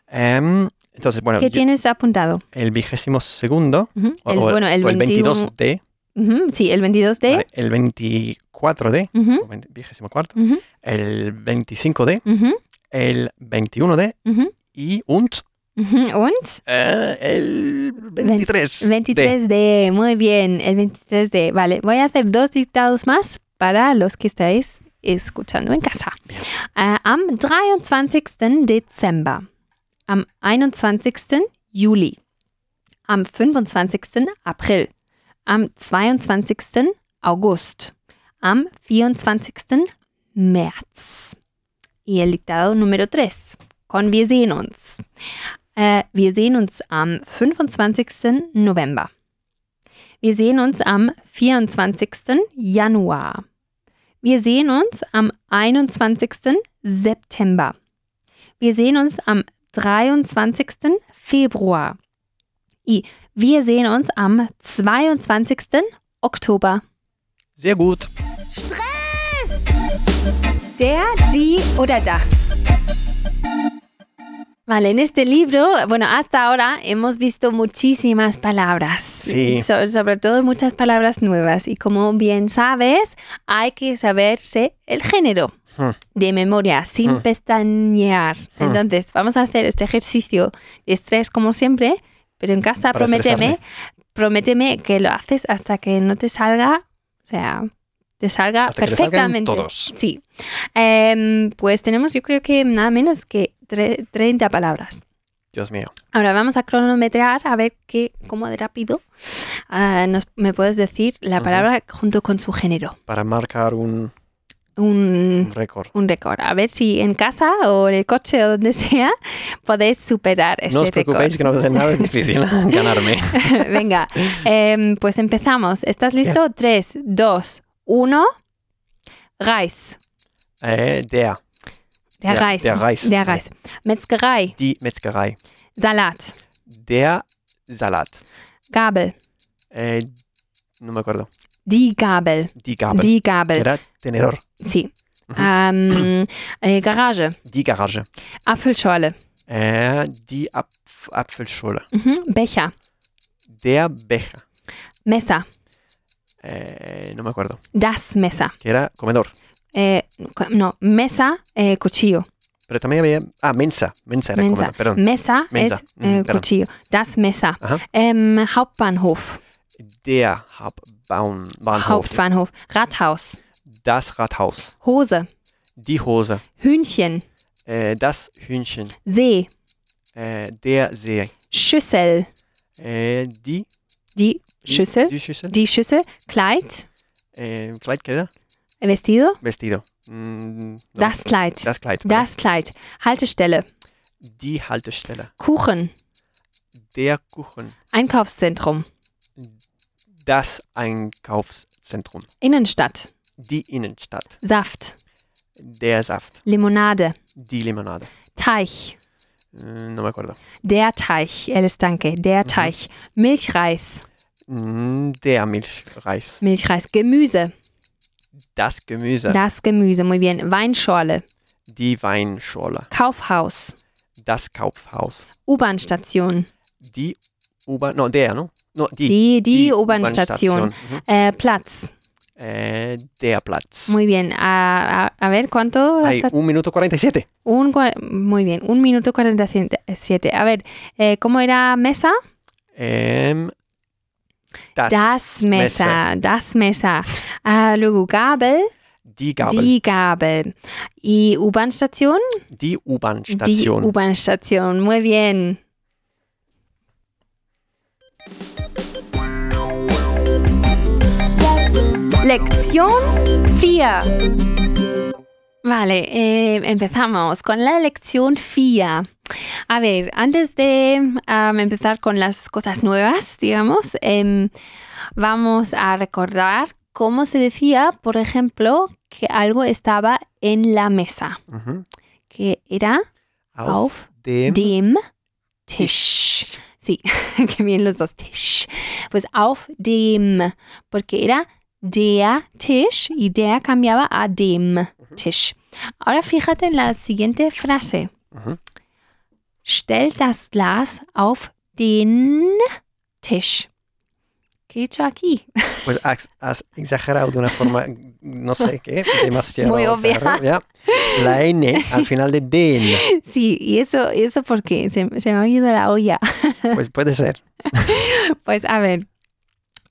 B: Em, entonces, bueno,
A: ¿Qué
B: yo-
A: tienes apuntado?
B: el vigésimo segundo,
A: Ujú,
B: o,
A: el,
B: o el-
A: bueno, el,
B: o el
A: 21,
B: 22 de,
A: ujú, sí, el 22 de... ¿Mm?
B: vale, el 24 de,
A: ujú,
B: o 20 vigésimo cuarto,
A: ujú,
B: el 25 de,
A: ujú,
B: el 21 de
A: ujú,
B: y und
A: ujú. Und
B: eh, el 23.
A: 23 de, muy bien, el 23 de, vale, voy a hacer dos dictados más para los que estáis escuchando en casa.
B: Bien.
A: Eh, am 23. Dezember, am 21. Juli, am 25. April, am 22. August, am 24. März. Y el dictado número 3, con wir sehen uns. Äh, wir sehen uns am 25. November. Wir sehen uns am 24. Januar. Wir sehen uns am 21. September. Wir sehen uns am 23. Februar. I, wir sehen uns am 22. Oktober.
B: Sehr gut.
A: Der, die oder das. Vale, en este libro, bueno, hasta ahora hemos visto muchísimas palabras.
B: Sí.
A: So- sobre todo muchas palabras nuevas. Y como bien sabes, hay que saberse el género
B: Hmm.
A: de memoria sin
B: Hmm.
A: pestañear.
B: Hmm.
A: Entonces, vamos a hacer este ejercicio de estrés como siempre, pero en casa
B: Para
A: prométeme, prométeme que lo haces hasta que no te salga, o sea, te salga
B: Hasta que te salgan
A: Ah, perfectamente.
B: todos.
A: Sí. Em, pues tenemos, yo creo que nada menos que tre- 30 palabras.
B: Dios mío.
A: Ahora vamos a cronometrar a ver qué, cómo de rápido ah, nos- me puedes decir la
B: Ujú.
A: palabra junto con su género.
B: Para marcar un,
A: Un, Mm.
B: un récord.
A: un récord. A ver si en casa o en el coche o donde <laughs> sea podéis superar ese
B: No os
A: récord.
B: preocupéis que no va a ser nada <laughs> difícil ganarme.
A: <laughs> Venga, em, pues empezamos. ¿Estás listo? 3, 2, 1. Reis.
B: Eh, der,
A: Der
B: Der-
A: Reis.
B: der Reis.
A: Der Reis. Metzgerei.
B: die Metzgerei.
A: Salat.
B: Der Salat.
A: Gabel.
B: Eh, no me acuerdo.
A: Die Gabel.
B: Die Gabel. Mhm.
A: Die Gabel.
B: Era tenedor.
A: Sí. Ähm, äh, Garage.
B: Die Garage.
A: Apfelschorle.
B: Äh, die Apf Apfelschule.
A: Mhm. Becher.
B: Der Becher.
A: Messer.
B: Eh, no me acuerdo.
A: Das Messer.
B: Que era comedor.
A: Äh, no, Messer, äh, Cuchillo.
B: Pero también había. Ah, mensa. Mensa era
A: Mensa.
B: comedor, perdón.
A: Mesa,
B: Mensa.
A: es
B: Mm,
A: eh,
B: perdón.
A: cuchillo. Das Messer.
B: Ajá.
A: Ähm, Hauptbahnhof.
B: Der Hauptbaum, Bahnhof.
A: Hauptbahnhof. Rathaus.
B: Das Rathaus.
A: Hose.
B: Die Hose.
A: Hühnchen.
B: Äh, das Hühnchen.
A: See.
B: Äh, der See.
A: Schüssel.
B: Äh, die.
A: Die
B: die-
A: Schüssel.
B: Die Schüssel.
A: Die Schüssel. Kleid.
B: Äh, Kleidkleider.
A: Vestido.
B: Vestido. Mm, no.
A: Das Kleid.
B: Das Kleid.
A: Das Kleid. Haltestelle.
B: Die Haltestelle.
A: Kuchen.
B: Der Kuchen.
A: Einkaufszentrum.
B: Das Einkaufszentrum.
A: Innenstadt.
B: Die Innenstadt.
A: Saft.
B: Der Saft.
A: Limonade.
B: Die Limonade.
A: Teich.
B: Mm, No me acuerdo.
A: Der Teich. El Estanque. Der Teich. Milchreis.
B: Mm, Der Milchreis.
A: Milchreis. Gemüse.
B: Das Gemüse.
A: Das Gemüse. Muy bien. Weinschorle.
B: Die Weinschorle.
A: Kaufhaus.
B: Das Kaufhaus.
A: U-Bahn-Station.
B: Die U-Bahn. No, der, no? No, die.
A: Die, die,
B: U-Bahn-Station.
A: U-Bahn-Station.
B: Mhm.
A: Äh, Platz.
B: Äh, der Platz.
A: Muy bien. A, a, a ver, ¿cuánto?
B: Hay
A: Hasta-
B: un minuto 47.
A: Un, cua- muy bien. Un minuto 47. A ver, eh, ¿cómo era mesa?
B: Ähm, das,
A: Das
B: Messer.
A: Messer. Das Messer. Ah, luego Gabel.
B: Die Gabel. Die,
A: Die Gabel. Y U-Bahn-Station. Die
B: U-Bahn-Station.
A: U-Bahn-Station. Muy bien. Lección 4. Vale, eh, empezamos con la lección 4. A ver, antes de am, empezar con las cosas nuevas, digamos, em, vamos a recordar cómo se decía, por ejemplo, que algo estaba en la mesa,
B: Mhm.
A: que era
B: Auf,
A: auf
B: dem.
A: dem Tisch. Sí, <laughs> que bien los dos Tisch. Pues auf dem, porque era der Tisch y der cambiaba a dem Tisch. Ahora fíjate en la siguiente frase.
B: Mhm.
A: Stell das Glas auf den Tisch. ¿Qué he hecho aquí? <laughs>
B: Pues has, has exagerado de una forma, no sé qué,
A: <laughs>
B: demasiado.
A: Muy obvia.
B: exagerado, ya. La N al final de den.
A: Sí, y eso, y eso porque se, se me ha ido la olla. <laughs>
B: Pues puede ser.
A: Pues a ver,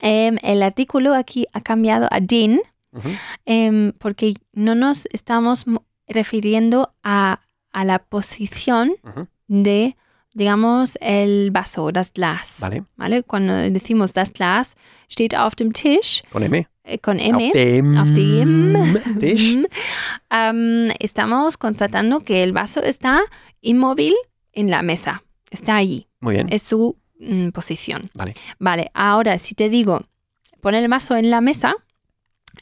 A: em, el artículo aquí ha cambiado a den
B: Ujú.
A: em, porque no nos estamos mo- refiriendo a, a la posición
B: Ujú.
A: de, digamos, el vaso, das Glas.
B: Vale,
A: ¿vale? Cuando decimos das Glas, steht auf dem Tisch
B: con M.
A: eh, con M.
B: Auf dem.
A: Auf dem.
B: Tisch.
A: Mm. Am, estamos constatando que el vaso está inmóvil en la mesa. Está allí.
B: Muy bien.
A: Es su mm, posición.
B: Vale.
A: Vale, ahora si te digo, pon el vaso en la mesa,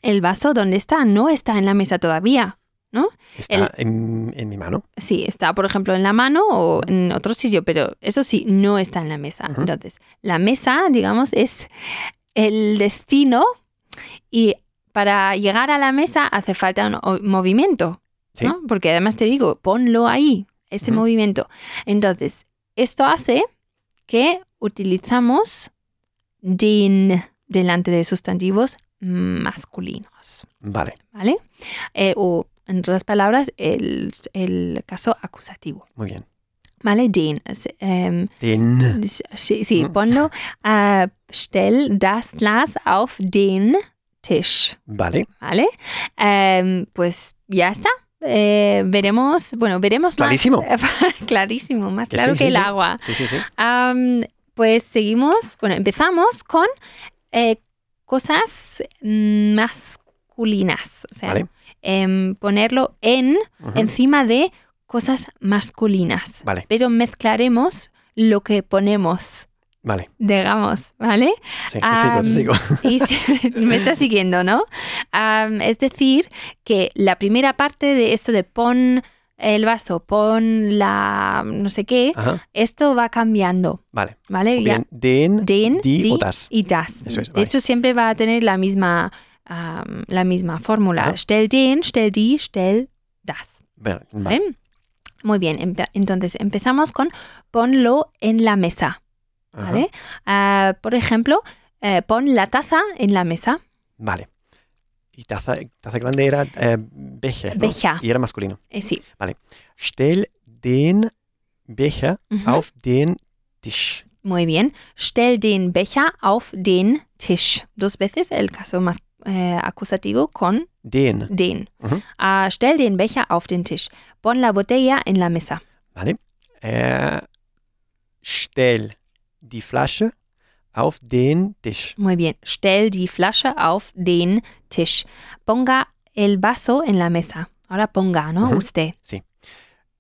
A: el vaso donde está no está en la mesa todavía.
B: Está en, en mi mano.
A: Sí, está, por ejemplo, en la mano o en otro sitio, pero eso sí, no está en la mesa.
B: Ujú.
A: Entonces, la mesa, digamos, es el destino y para llegar a la mesa hace falta un o- movimiento,
B: Sí.
A: ¿no? Porque además te digo, ponlo ahí, ese
B: Ujú.
A: movimiento. Entonces, esto hace que utilizamos den delante de sustantivos masculinos.
B: Vale,
A: ¿vale? Eh, o en otras palabras, el, el caso acusativo,
B: muy bien.
A: ¿vale? Den. es, em,
B: Den.
A: sí, sí,
B: Mm.
A: ponlo. ah, stell das Glas auf den Tisch,
B: Vale,
A: ¿vale? Em, pues ya está. Eh, veremos, bueno, veremos más.
B: Clarísimo.
A: <laughs> clarísimo, más
B: Que
A: claro
B: sí,
A: que
B: sí,
A: el
B: sí.
A: agua.
B: sí, sí, sí.
A: Am, pues seguimos, bueno, empezamos con eh, cosas mm, masculinas. O sea,
B: Vale.
A: em, ponerlo en,
B: Ujú.
A: encima de cosas masculinas.
B: Vale,
A: Pero mezclaremos lo que ponemos,
B: vale.
A: digamos, ¿vale?
B: Sí, te sigo, te
A: Am,
B: sigo.
A: Y <laughs> si- me está siguiendo, ¿no? Am, es decir, que la primera parte de esto de pon el vaso, pon la no sé qué,
B: Ajá,
A: esto va cambiando,
B: vale.
A: ¿vale?
B: Muy
A: Ya-
B: Bien, den,
A: den,
B: die
A: die
B: o das.
A: y das.
B: Eso es,
A: de
B: vale.
A: hecho, siempre va a tener la misma, am, la misma fórmula.
B: Ajá.
A: Stell den, stell die, stell das.
B: Vale, vale.
A: ¿vale? Muy bien, empe- entonces empezamos con ponlo en la mesa,
B: Ajá,
A: ¿vale? Ah, por ejemplo, eh, pon la taza en la mesa,
B: Vale. Y taza, taza grande era eh, Becher. ¿no?
A: Becher.
B: Y era masculino.
A: Eh, sí.
B: Stell den Becher
A: Mhm.
B: auf den Tisch.
A: Muy bien. Stell den Becher auf den Tisch. Dos veces el caso más eh, acusativo con
B: Den.
A: den.
B: Ujú.
A: Ah, stell den Becher auf den Tisch. Pon la botella en la mesa.
B: Vale. Eh, stell die Flasche auf den Tisch.
A: Muy bien. Stell die Flasche auf den Tisch. Ponga el vaso en la mesa. Ahora ponga, ¿no?
B: Ujú.
A: Usted.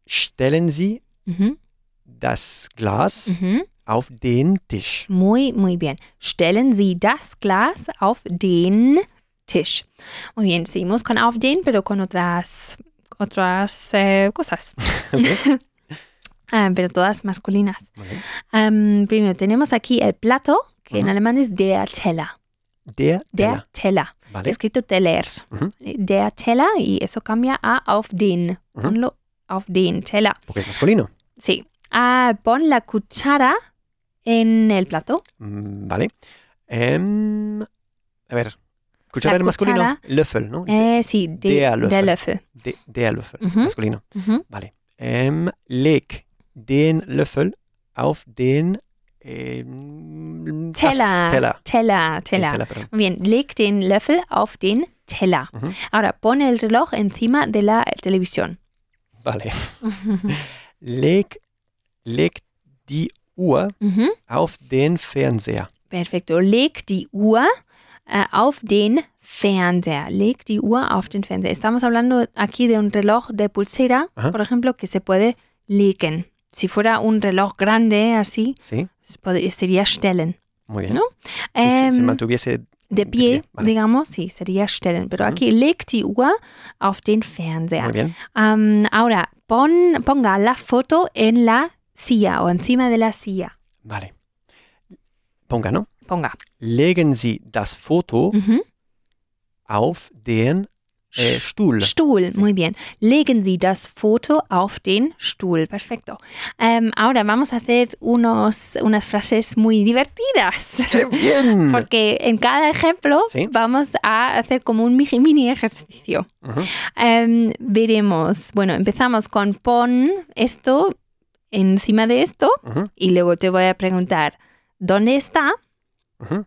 B: Stellen Sie
A: Ujú,
B: das Glas
A: ujú.
B: auf den Tisch.
A: Muy, muy bien. Stellen Sie das Glas auf den Tisch. Muy bien. Seguimos con auf den, pero con otras, otras eh, cosas.
B: <laughs> Ok,
A: <laughs> Ah, pero todas masculinas.
B: vale.
A: Am, primero, tenemos aquí el plato, que en
B: Ujú.
A: alemán es der Teller.
B: Der
A: Der
B: Teller.
A: Teller.
B: Vale.
A: Escrito Teller.
B: Ujú.
A: Der Teller, y eso cambia a auf den.
B: Ujú.
A: Ponlo auf den Teller.
B: Porque es masculino.
A: Sí. Ah, pon la cuchara en el plato.
B: Mm, Vale. Em, a ver. Cuchara
A: La
B: en masculino.
A: cuchara.
B: Löffel, ¿no?
A: Eh, sí, de-
B: Der Löffel.
A: der Löffel.
B: De- der Löffel.
A: Ujú.
B: Masculino.
A: Ujú.
B: Em, leg den Löffel auf den em, das
A: Teller.
B: Teller.
A: Teller,
B: Sí,
A: Teller.
B: Teller, perdón.
A: Muy bien, leg den Löffel auf den Teller.
B: Ujú.
A: Ahora, pon el reloj encima de la televisión. <laughs>
B: Vale. <laughs> Leg, leg die Uhr
A: Ujú.
B: auf den Fernseher.
A: Perfecto. Leg die Uhr äh, auf den Fernseher. Leg die Uhr auf den Fernseher. Estamos hablando aquí de un reloj de pulsera,
B: Ajá.
A: por ejemplo, que se puede legen. Si fuera un reloj grande, así,
B: Sí,
A: se pod- sería stellen.
B: muy bien.
A: ¿No?
B: Si se- se
A: Em,
B: mantuviese
A: de
B: de
A: pie,
B: pie, vale.
A: digamos, sí, sería stellen. Pero
B: Ujú.
A: aquí leg die Uhr auf den Fernseher.
B: muy bien.
A: Am, ahora, pon, ponga la foto en la silla o encima de la silla.
B: Vale. Ponga, ¿no?
A: Ponga.
B: Legen Sie das Foto
A: Ujú.
B: auf den äh, Stuhl.
A: Stuhl, muy bien. Legen Sie das Foto auf den Stuhl. Perfecto. Em, ahora vamos a hacer unos, unas frases muy divertidas.
B: ¡Qué bien!
A: Porque en cada ejemplo
B: Mm. Sí.
A: vamos a hacer como un mini- mini ejercicio.
B: Ujú.
A: Em, veremos, bueno, empezamos con pon esto encima de esto
B: Ujú,
A: y luego te voy a preguntar dónde está,
B: ujú.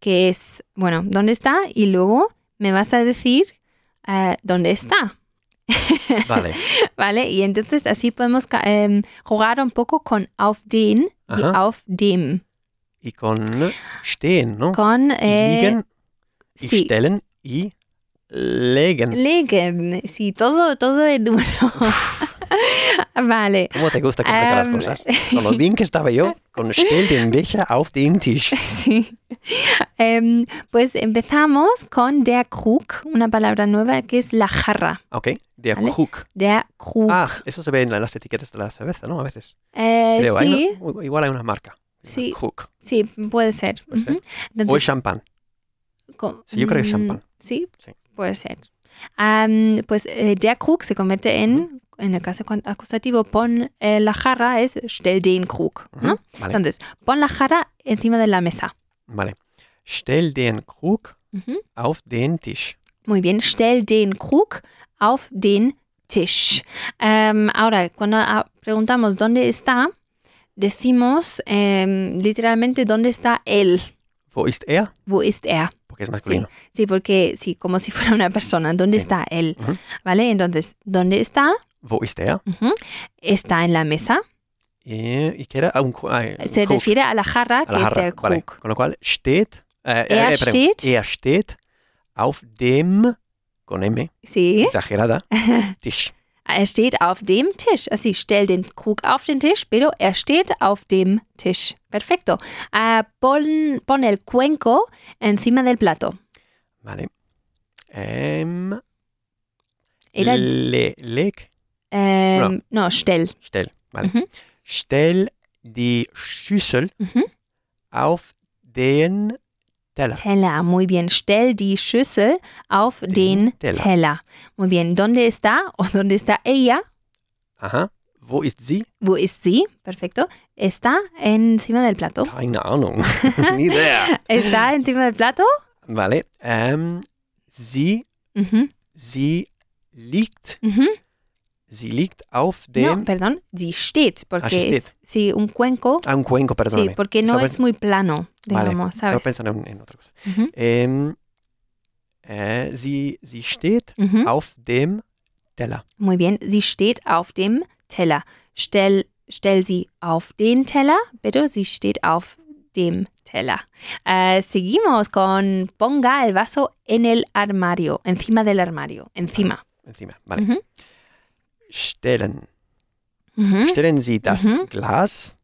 A: que es, bueno, dónde está y luego me vas a decir eh, dónde está.
B: Vale.
A: Vale, y entonces así podemos ca- em, jugar un poco con auf den y
B: Ajá.
A: auf dem.
B: Y con stehen, ¿no?
A: Con eh,
B: Liegen y
A: sí,
B: stellen y legen.
A: legen. Sí, todo, todo en uno. <laughs> vale. Em,
B: ¿Cómo te gusta complicar
A: Am,
B: las cosas?
A: <laughs>
B: Con lo bien que estaba yo con stell den Becher auf den
A: <laughs>
B: Tisch.
A: Sí. Em, pues empezamos con der Krug, una palabra nueva que es la jarra.
B: Ok, der
A: Vale.
B: Krug.
A: Der Krug.
B: Ah, eso se ve en la- las etiquetas de la cerveza, ¿no? A veces.
A: Eh,
B: Creo, hay
A: sí,
B: una- u- igual hay una marca.
A: Sí.
B: Krug.
A: sí, puede ser.
B: Puede ser.
A: Ujú.
B: O
A: Entonces,
B: es champán.
A: Co-
B: Sí, yo creo que es
A: mm,
B: champán.
A: Sí,
B: Sí.
A: puede ser. Am, pues eh, der Krug se convierte en, en el caso con- acusativo, pon eh, la jarra, es stell den Krug.
B: Ujú,
A: ¿no?
B: Vale,
A: Entonces, pon la jarra encima de la mesa.
B: vale. Stell den Krug
A: Ujú.
B: auf den Tisch.
A: Muy bien, stell den Krug auf den Tisch. Am, ahora, cuando ah, preguntamos dónde está, decimos em, literalmente dónde está él,
B: Wo ist er?
A: wo ist er.
B: Porque es masculino.
A: Sí, porque sí, como si fuera una persona, ¿dónde
B: Sí.
A: está él?
B: Ujú.
A: ¿Vale? Entonces, ¿dónde está?
B: Wo ist er?
A: Ujú. Está en la mesa.
B: Eh, y que era ah, un, Kru- ah, un
A: Se
B: Krug.
A: refiere a la jarra,
B: A
A: que
B: la
A: es
B: jarra.
A: der
B: Vale.
A: Krug.
B: Con lo cual, steht. eh, eh,
A: Er
B: eh, perdón.
A: steht-
B: Er steht auf dem. Con M,
A: Sí, <laughs>
B: exagerada. Tisch.
A: er steht auf dem Tisch. Así, stell den Krug auf den Tisch, pero er steht auf dem Tisch. Perfecto. Ah, pon, pon el cuenco encima del plato.
B: Vale. Em,
A: Era,
B: le, leg.
A: ähm, no, stell.
B: Stell. Vale.
A: Mhm.
B: Stell die Schüssel
A: Mhm.
B: auf den Teller.
A: Teller, muy bien. Stell die Schüssel auf den,
B: Den Teller.
A: Teller. Muy bien. ¿Dónde está o dónde está ella?
B: Aha. Wo ist sie?
A: Wo ist sie? Perfecto. Está encima del plato. <laughs>
B: <laughs> Keine Ahnung. Nie der.
A: Está encima del plato.
B: Vale. Ähm, Sie,
A: Mhm,
B: sie liegt,
A: mhm.
B: sie liegt auf dem...
A: No, perdón, sí steht, porque
B: she
A: es sí, un cuenco.
B: ah, un cuenco, perdóname.
A: Sí, porque no
B: Estaba
A: es muy plano,
B: Vale,
A: digamos,
B: Estaba
A: ¿sabes?
B: pensando en, en otra cosa.
A: Ujú,
B: Ähm, äh, sie, sie steht
A: ujú.
B: auf dem Teller.
A: Muy bien, sie steht auf dem Teller. Stell, stell sie auf den Teller, pero sie steht auf dem Teller. Eh, seguimos con ponga el vaso en el armario, encima del armario, encima.
B: Encima, vale.
A: Mhm.
B: Stellen.
A: Ujú,
B: Stellen Sie das
A: Mhm.
B: Glas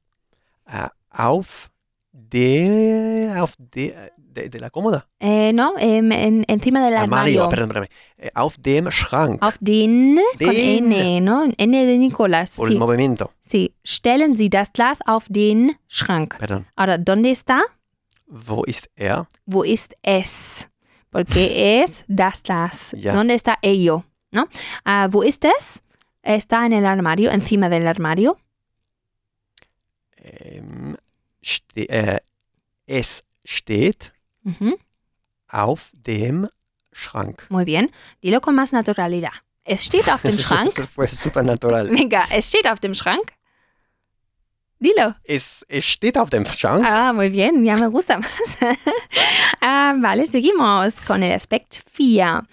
B: äh, auf de, auf de, de, de la cómoda.
A: eh, no, em, en- encima del armario.
B: perdón, perdón. Äh, Auf dem Schrank.
A: Auf den, con
B: Den.
A: N, ¿no? N de Nicolás.
B: Por
A: sí.
B: el movimiento.
A: Sí, stellen Sie das Glas auf den Schrank.
B: Perdón.
A: Ahora, ¿dónde está?
B: Wo ist er?
A: Wo ist es? Porque es das Glas.
B: Ya.
A: ¿Dónde está ello? ¿No? Ah, ¿Wo ist es? Está en el armario, encima del armario.
B: Ähm, ste äh, es steht
A: Ujú,
B: auf dem Schrank.
A: Muy bien. Dilo con más naturalidad. Es steht auf dem
B: Das ist-
A: Schrank.
B: <laughs> Das fue super natural.
A: Venga, es steht auf dem Schrank. Dilo.
B: Es, es steht auf dem Schrank.
A: Ah, muy bien, ya me gusta más. <laughs> Ah, vale, seguimos con el aspect FIA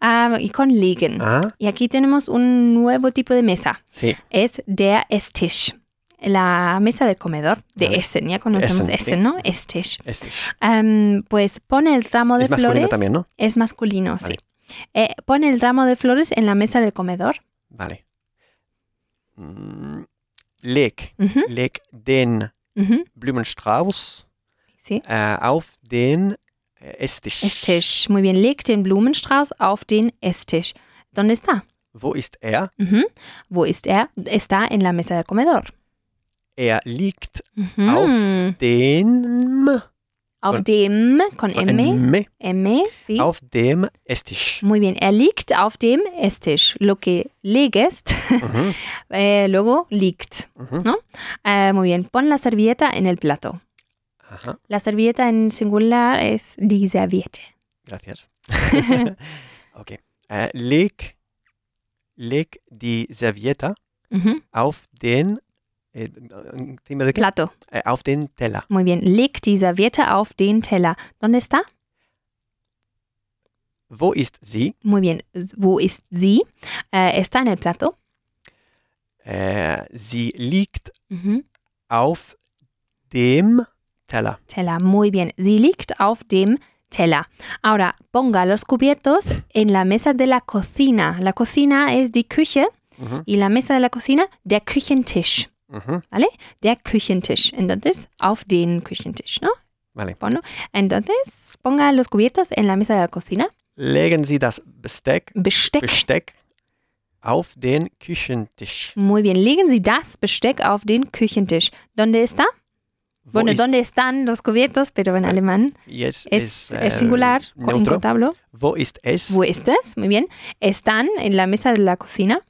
A: ah, y con liegen.
B: Ah,
A: Y aquí tenemos un nuevo tipo de mesa.
B: sí.
A: Es der Esstisch. La mesa del comedor de
B: Vale.
A: Essen. Ya conocemos
B: Essen, sí.
A: Essen, ¿no? Esstisch.
B: Es ist.
A: Em, pues pone el ramo de
B: Es masculino
A: flores.
B: también, ¿no?
A: Es masculino,
B: Vale.
A: sí. Eh, pone el ramo de flores en la mesa del comedor.
B: Vale. Mm, Leg.
A: Ujú,
B: Leg den
A: ujú,
B: Blumenstrauß
A: Sí.
B: äh, auf den äh, Esstisch.
A: Esstisch. Muy bien. Leg den Blumenstrauß auf den Esstisch. ¿Dónde está?
B: Wo ist er?
A: Ujú. Wo ist er? Está en la mesa del comedor.
B: Er liegt
A: Ujú.
B: Auf dem,
A: Auf
B: con-
A: dem, con M,
B: M,
A: M, sí.
B: auf dem Esstisch.
A: Muy bien, er liegt auf dem Esstisch. Lo que legest,
B: Mhm,
A: eh, luego liegt.
B: mhm.
A: Eh, muy bien, pon la servilleta en el plato.
B: Aha,
A: La servilleta en singular es die Serviette. <laughs>
B: gracias. okay. Äh, leg, leg die Serviette
A: Ujú,
B: auf den, äh, äh, Thema de-
A: Plato.
B: äh, auf den Teller.
A: Muy bien, leg die Serviette auf den Teller. ¿Dónde está?
B: Wo ist sie?
A: Muy bien, wo ist sie? Eh, está en el plato.
B: Äh, sie liegt
A: Ujú,
B: auf dem Teller.
A: Teller, muy bien. Sie liegt auf dem Teller. Ahora, ponga los cubiertos en la mesa de la cocina. La cocina es die Küche.
B: Mhm,
A: y la mesa de la cocina, der Küchentisch.
B: mhm.
A: Der Küchentisch. Entonces, auf den Küchentisch, ¿no?
B: Vale.
A: Bueno, entonces, ponga los cubiertos en la mesa de la cocina.
B: Legen Sie das Besteck,
A: Besteck.
B: Besteck auf den Küchentisch.
A: Muy bien, legen Sie das Besteck auf den Küchentisch. ¿Dónde está?
B: Wo
A: Bueno,
B: ist
A: ¿dónde están los cubiertos? Pero en alemán
B: Yes,
A: es,
B: äh,
A: es singular,
B: neutro.
A: incontable.
B: Wo ist es?
A: ¿Wo ist es? Muy bien. Están en la mesa de la cocina.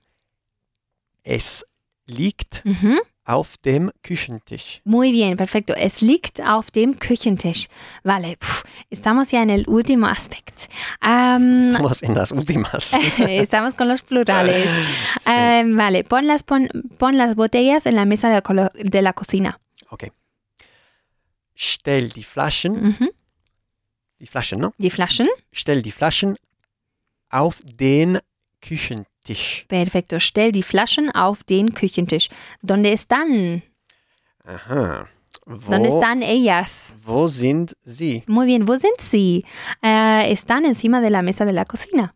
B: Es liegt
A: Ujú.
B: auf dem Küchentisch.
A: Muy bien, perfecto. Es liegt auf dem Küchentisch. Vale, pf, estamos ya en el último aspecto. Am, <laughs>
B: <laughs> Estamos en las últimas.
A: Äh, Estamos con los plurales.
B: Sí.
A: Eh, vale, pon las, pon, pon las botellas en la mesa de la, colo- de la cocina.
B: Stell die Flaschen,
A: Ujú.
B: die Flaschen, ne?
A: Die Flaschen.
B: Stell die Flaschen auf den Küchentisch.
A: Perfecto. Stell die Flaschen auf den Küchentisch. ¿Dónde están?
B: Aha.
A: ¿Dónde
B: Wo,
A: están ellas?
B: wo sind sie?
A: Muy bien, ¿wo sind sie? Eh, están encima de la mesa de la cocina.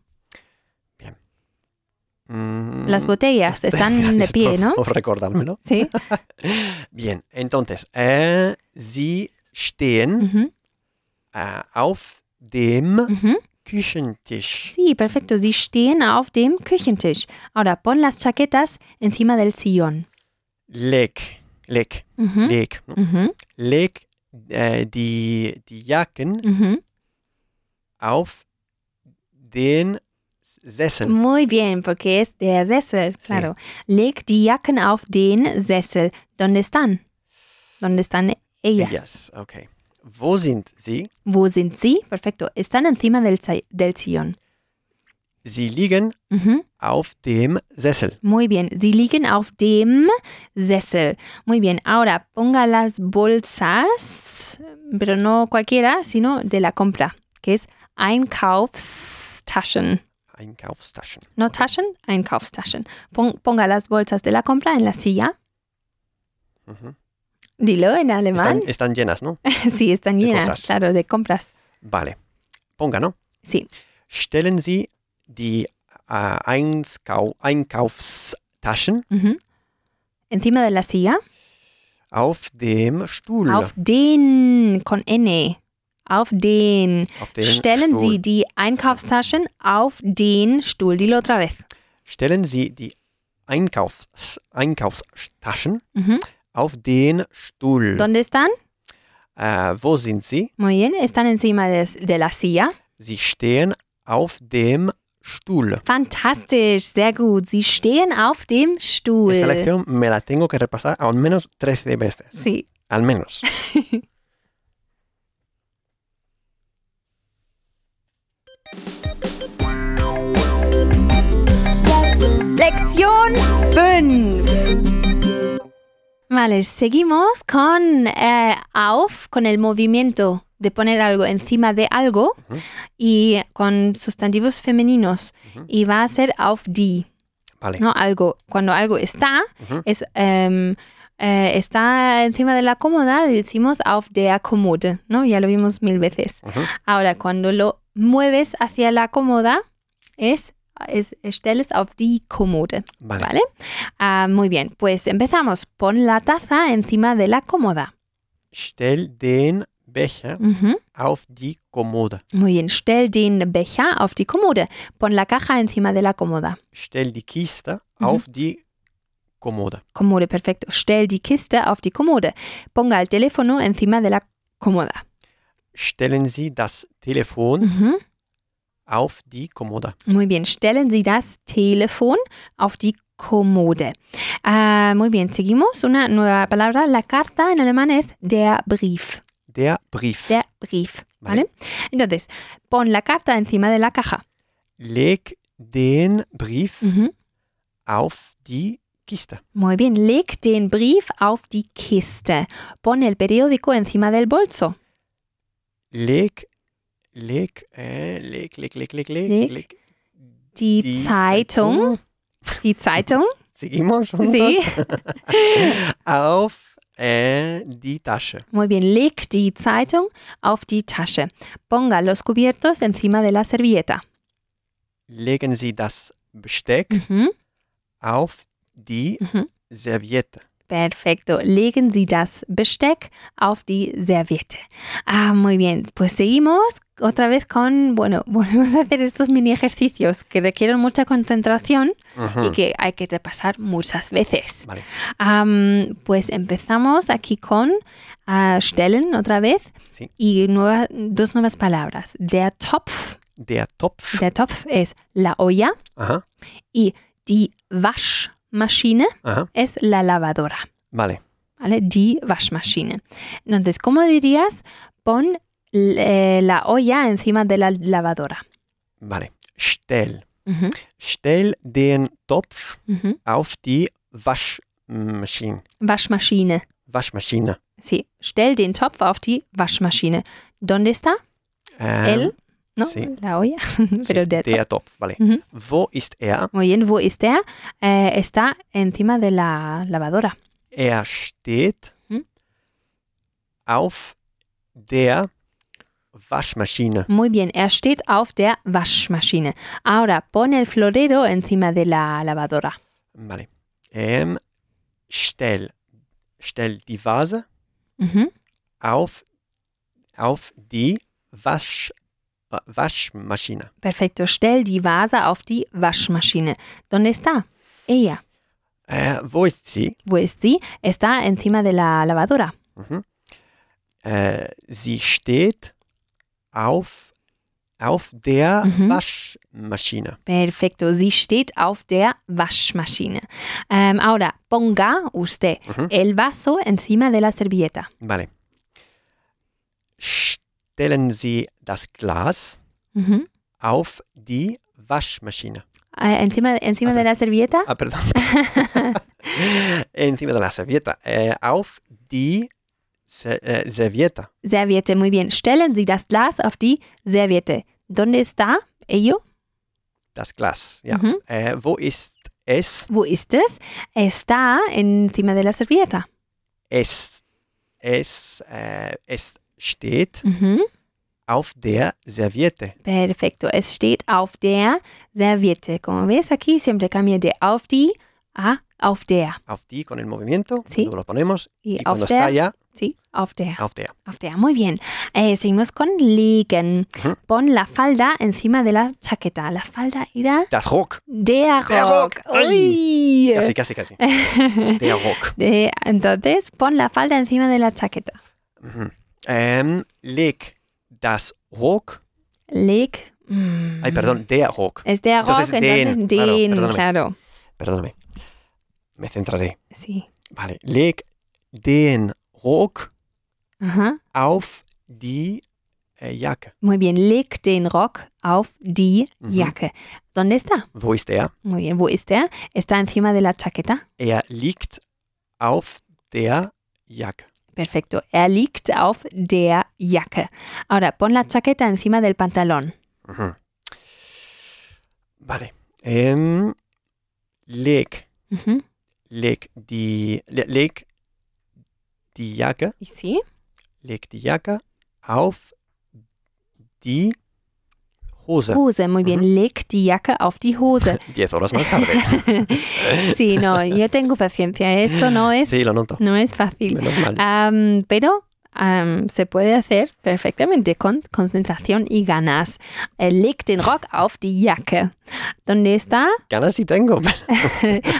B: Mm,
A: Las botellas
B: <laughs>
A: están de
B: gracias
A: pie,
B: por-
A: ¿no?
B: por recordármelo.
A: Sí.
B: Bien, entonces, äh, sie stehen
A: Ujú,
B: äh, auf dem
A: ujú.
B: Küchentisch.
A: Sí, perfecto. Sie stehen auf dem Küchentisch. Ahora pon las chaquetas encima del sillón.
B: Leg, leg,
A: Ujú,
B: leg. ne?
A: ujú,
B: Leg äh, die, die Jacken
A: ujú.
B: auf den Sessel.
A: Muy bien, porque es der Sessel, claro. Leg die Jacken auf den Sessel. ¿Dónde están? ¿Dónde están ellas?
B: Yes, okay. Wo sind sie?
A: Wo sind sie? Perfecto. Están encima del, sa- del sillón.
B: Sie liegen
A: Ujú.
B: auf dem Sessel.
A: Muy bien. Sie liegen auf dem Sessel. Muy bien. Ahora ponga las bolsas, pero no cualquiera, sino de la compra, que es Einkaufstaschen.
B: Einkaufstaschen.
A: No Taschen, Einkaufstaschen. Pon- ponga las bolsas de la compra en la silla.
B: Mhm.
A: Dilo en alemán.
B: Están, están llenas, ¿no?
A: sí, están
B: de
A: llenas,
B: cosas.
A: claro, de compras.
B: ne? Vale. Ponga, ¿no?
A: Sí.
B: Stellen Sie die äh, Einskau- Einkaufstaschen
A: Ujú. Encima de la silla.
B: auf dem Stuhl.
A: Auf den, con N. Auf den.
B: Auf den
A: Stellen
B: Stuhl.
A: Sie die Einkaufstaschen auf den Stuhl. Dilo otra vez.
B: Stellen Sie die Einkaufs Einkaufstaschen
A: Ujú.
B: auf den Stuhl.
A: ¿Dónde están?
B: Äh, wo sind Sie?
A: Muy bien, están encima de, de la silla.
B: Sie stehen auf dem Stuhl.
A: Fantastisch, sehr gut. Sie stehen auf dem Stuhl.
B: Esa lección me la tengo que repasar al menos 13 veces.
A: Sí.
B: Al menos.
A: Lección 5. Vale, seguimos con eh, auf, con el movimiento de poner algo encima de algo
B: Ujú.
A: y con sustantivos femeninos.
B: Ujú.
A: Y va a ser auf die,
B: Vale.
A: ¿no? Algo. Cuando algo está,
B: Ujú.
A: es, em, eh, está encima de la cómoda, decimos auf der Kommode, ¿no? Ya lo vimos mil veces.
B: Ujú.
A: Ahora, cuando lo mueves hacia la cómoda, es, es stelles auf die Kommode.
B: Vale.
A: Vale. Ah, muy bien, pues empezamos. Pon la taza encima de la cómoda.
B: Stell den Becher
A: Ujú.
B: auf die Kommode.
A: Muy bien, stell den Becher auf die Kommode. Pon la caja encima de la cómoda.
B: Stell die Kiste
A: Mhm.
B: auf die Kommode.
A: Kommode, perfecto. Stell die Kiste auf die Kommode. Ponga el teléfono encima de la cómoda.
B: Stellen Sie das Telefon
A: Ujú.
B: auf die Kommode.
A: Muy bien, stellen Sie das Telefon auf die Kommode. Ah, muy bien, seguimos. Una nueva palabra. La carta en alemán es der Brief.
B: Der Brief.
A: Der Brief.
B: Vale.
A: ¿Vale? Entonces, pon la carta encima de la caja.
B: Leg den Brief
A: Ujú.
B: auf die Kiste.
A: Muy bien, leg den Brief auf die Kiste. Pon el periódico encima del bolso.
B: Leg, leg, äh, leg, leg, leg, leg,
A: Leg.
B: leg, leg.
A: Die, Zeitung, die <laughs> Zeitung,
B: Seguimos juntos.
A: sí.
B: Auf äh, die Tasche.
A: Muy bien, leg die Zeitung auf die Tasche. Ponga los cubiertos encima de la servilleta.
B: Legen Sie das Besteck
A: Ujú,
B: auf die
A: ujú.
B: Serviette.
A: Perfecto. Legen Sie das Besteck auf die Serviette. Ah, muy bien. Pues seguimos otra vez con, bueno, <laughs> volvemos a hacer estos mini ejercicios que requieren mucha concentración y
B: Mhm.
A: que hay que repasar muchas veces.
B: Vale.
A: Am, pues empezamos aquí con ah, Stellen otra vez
B: Sí.
A: y nueva- dos nuevas palabras. Der Topf,
B: Der Topf.
A: der Topf es la olla,
B: Aha,
A: die Waschmaschine
B: aha.
A: es la lavadora,
B: Vale.
A: ¿vale? Die Waschmaschine. Entonces, ¿cómo dirías? Pon eh, la olla encima de la lavadora.
B: Vale. Stell.
A: Ujú,
B: Stell den Topf
A: ujú.
B: auf die Waschmaschine.
A: Waschmaschine.
B: Waschmaschine.
A: Sí, stell den Topf auf die Waschmaschine. ¿Dónde está?
B: Ähm,
A: Él, ¿no?
B: sí.
A: La olla, <laughs>
B: sí,
A: pero
B: der,
A: der Topf.
B: Topf. Vale.
A: Mhm.
B: Wo ist er?
A: Muy bien, wo ist er? Eh, está encima de la lavadora.
B: Er steht
A: Mhm.
B: auf der Waschmaschine.
A: Muy bien, er steht auf der Waschmaschine. Ahora pon el florero encima de la lavadora.
B: Vale. Ähm, stell. Stell die Vase
A: Ujú.
B: auf, auf die Wasch, Wa- Waschmaschine.
A: Perfecto, stell die Vase auf die Waschmaschine. ¿Dónde está? Ella.
B: Äh, wo ist sie?
A: Wo ist sie? Está encima de la lavadora.
B: Mhm. Äh, sie steht auf, auf der
A: Mhm.
B: Waschmaschine.
A: Perfecto, sie steht auf der Waschmaschine. Em, ahora ponga usted
B: Mhm.
A: el vaso encima de la servilleta.
B: Vale. Stellen Sie das Glas
A: Ujú.
B: auf die Waschmaschine.
A: Ah, encima encima de la servilleta. <laughs>
B: Ah, perdón. Encima de la servieta. Eh, auf die Se- eh, Servieta.
A: Serviette, muy bien. Stellen Sie das Glas auf die Serviette. ¿Dónde está ello?
B: Das Glas. Ja.
A: Ujú.
B: Eh, wo ist es?
A: ¿Wo ist es? Está encima de la servilleta.
B: Es, es, eh, es steht
A: Ujú.
B: auf der Serviette.
A: Perfecto. Es steht auf der Serviette. Como ves aquí, siempre cambia de auf die a auf der.
B: Auf die con el movimiento.
A: Sí.
B: cuando lo ponemos.
A: Y,
B: Y
A: auf
B: cuando está
A: der,
B: ya,
A: sí, auf der.
B: auf der.
A: Auf der. Muy bien. Eh, seguimos con liegen.
B: Ujú.
A: Pon la falda encima de la chaqueta. La falda irá
B: Das Rock.
A: der
B: Der
A: Rock.
B: Rock.
A: Uy.
B: Casi,
A: <laughs>
B: casi, casi. Der Rock.
A: Eh, entonces, pon la falda encima de la chaqueta.
B: Mhm. Ähm, leg das Rock.
A: Leg. mm,
B: Ay, perdón, der Rock.
A: Es der Rock,
B: Entonces,
A: entonces,
B: den, claro,
A: den,
B: perdóname.
A: claro.
B: Perdóname. Me centraré.
A: Sí.
B: Vale. Leg den Rock
A: Ajá.
B: auf die äh, Jacke.
A: Muy bien. Leg den Rock auf die
B: Ujú.
A: Jacke. ¿Dónde está?
B: Wo ist er?
A: Muy bien. ¿Wo ist er? Está encima de la chaqueta.
B: Er liegt auf der Jacke.
A: Perfecto. Er liegt auf der Jacke. Ahora, pon la chaqueta encima del pantalón.
B: Mhm. Vale. Ähm, leg,
A: Ujú.
B: leg die, le, leg die Jacke,
A: ¿Y sí?
B: leg die Jacke auf die Hose.
A: Hose. Muy bien. Leg die Jacke auf die
B: <laughs>
A: Hose. <laughs>
B: Diez horas más tarde.
A: sí, no, yo tengo paciencia. Esto no <laughs> es, Ah.
B: sí, lo noto.
A: no es fácil.
B: Menos mal.
A: Am, pero am, se puede hacer perfectamente con concentración y ganas. Eh, leg den Rock auf die Jacke. ¿Dónde está? <laughs>
B: Ganas sí tengo.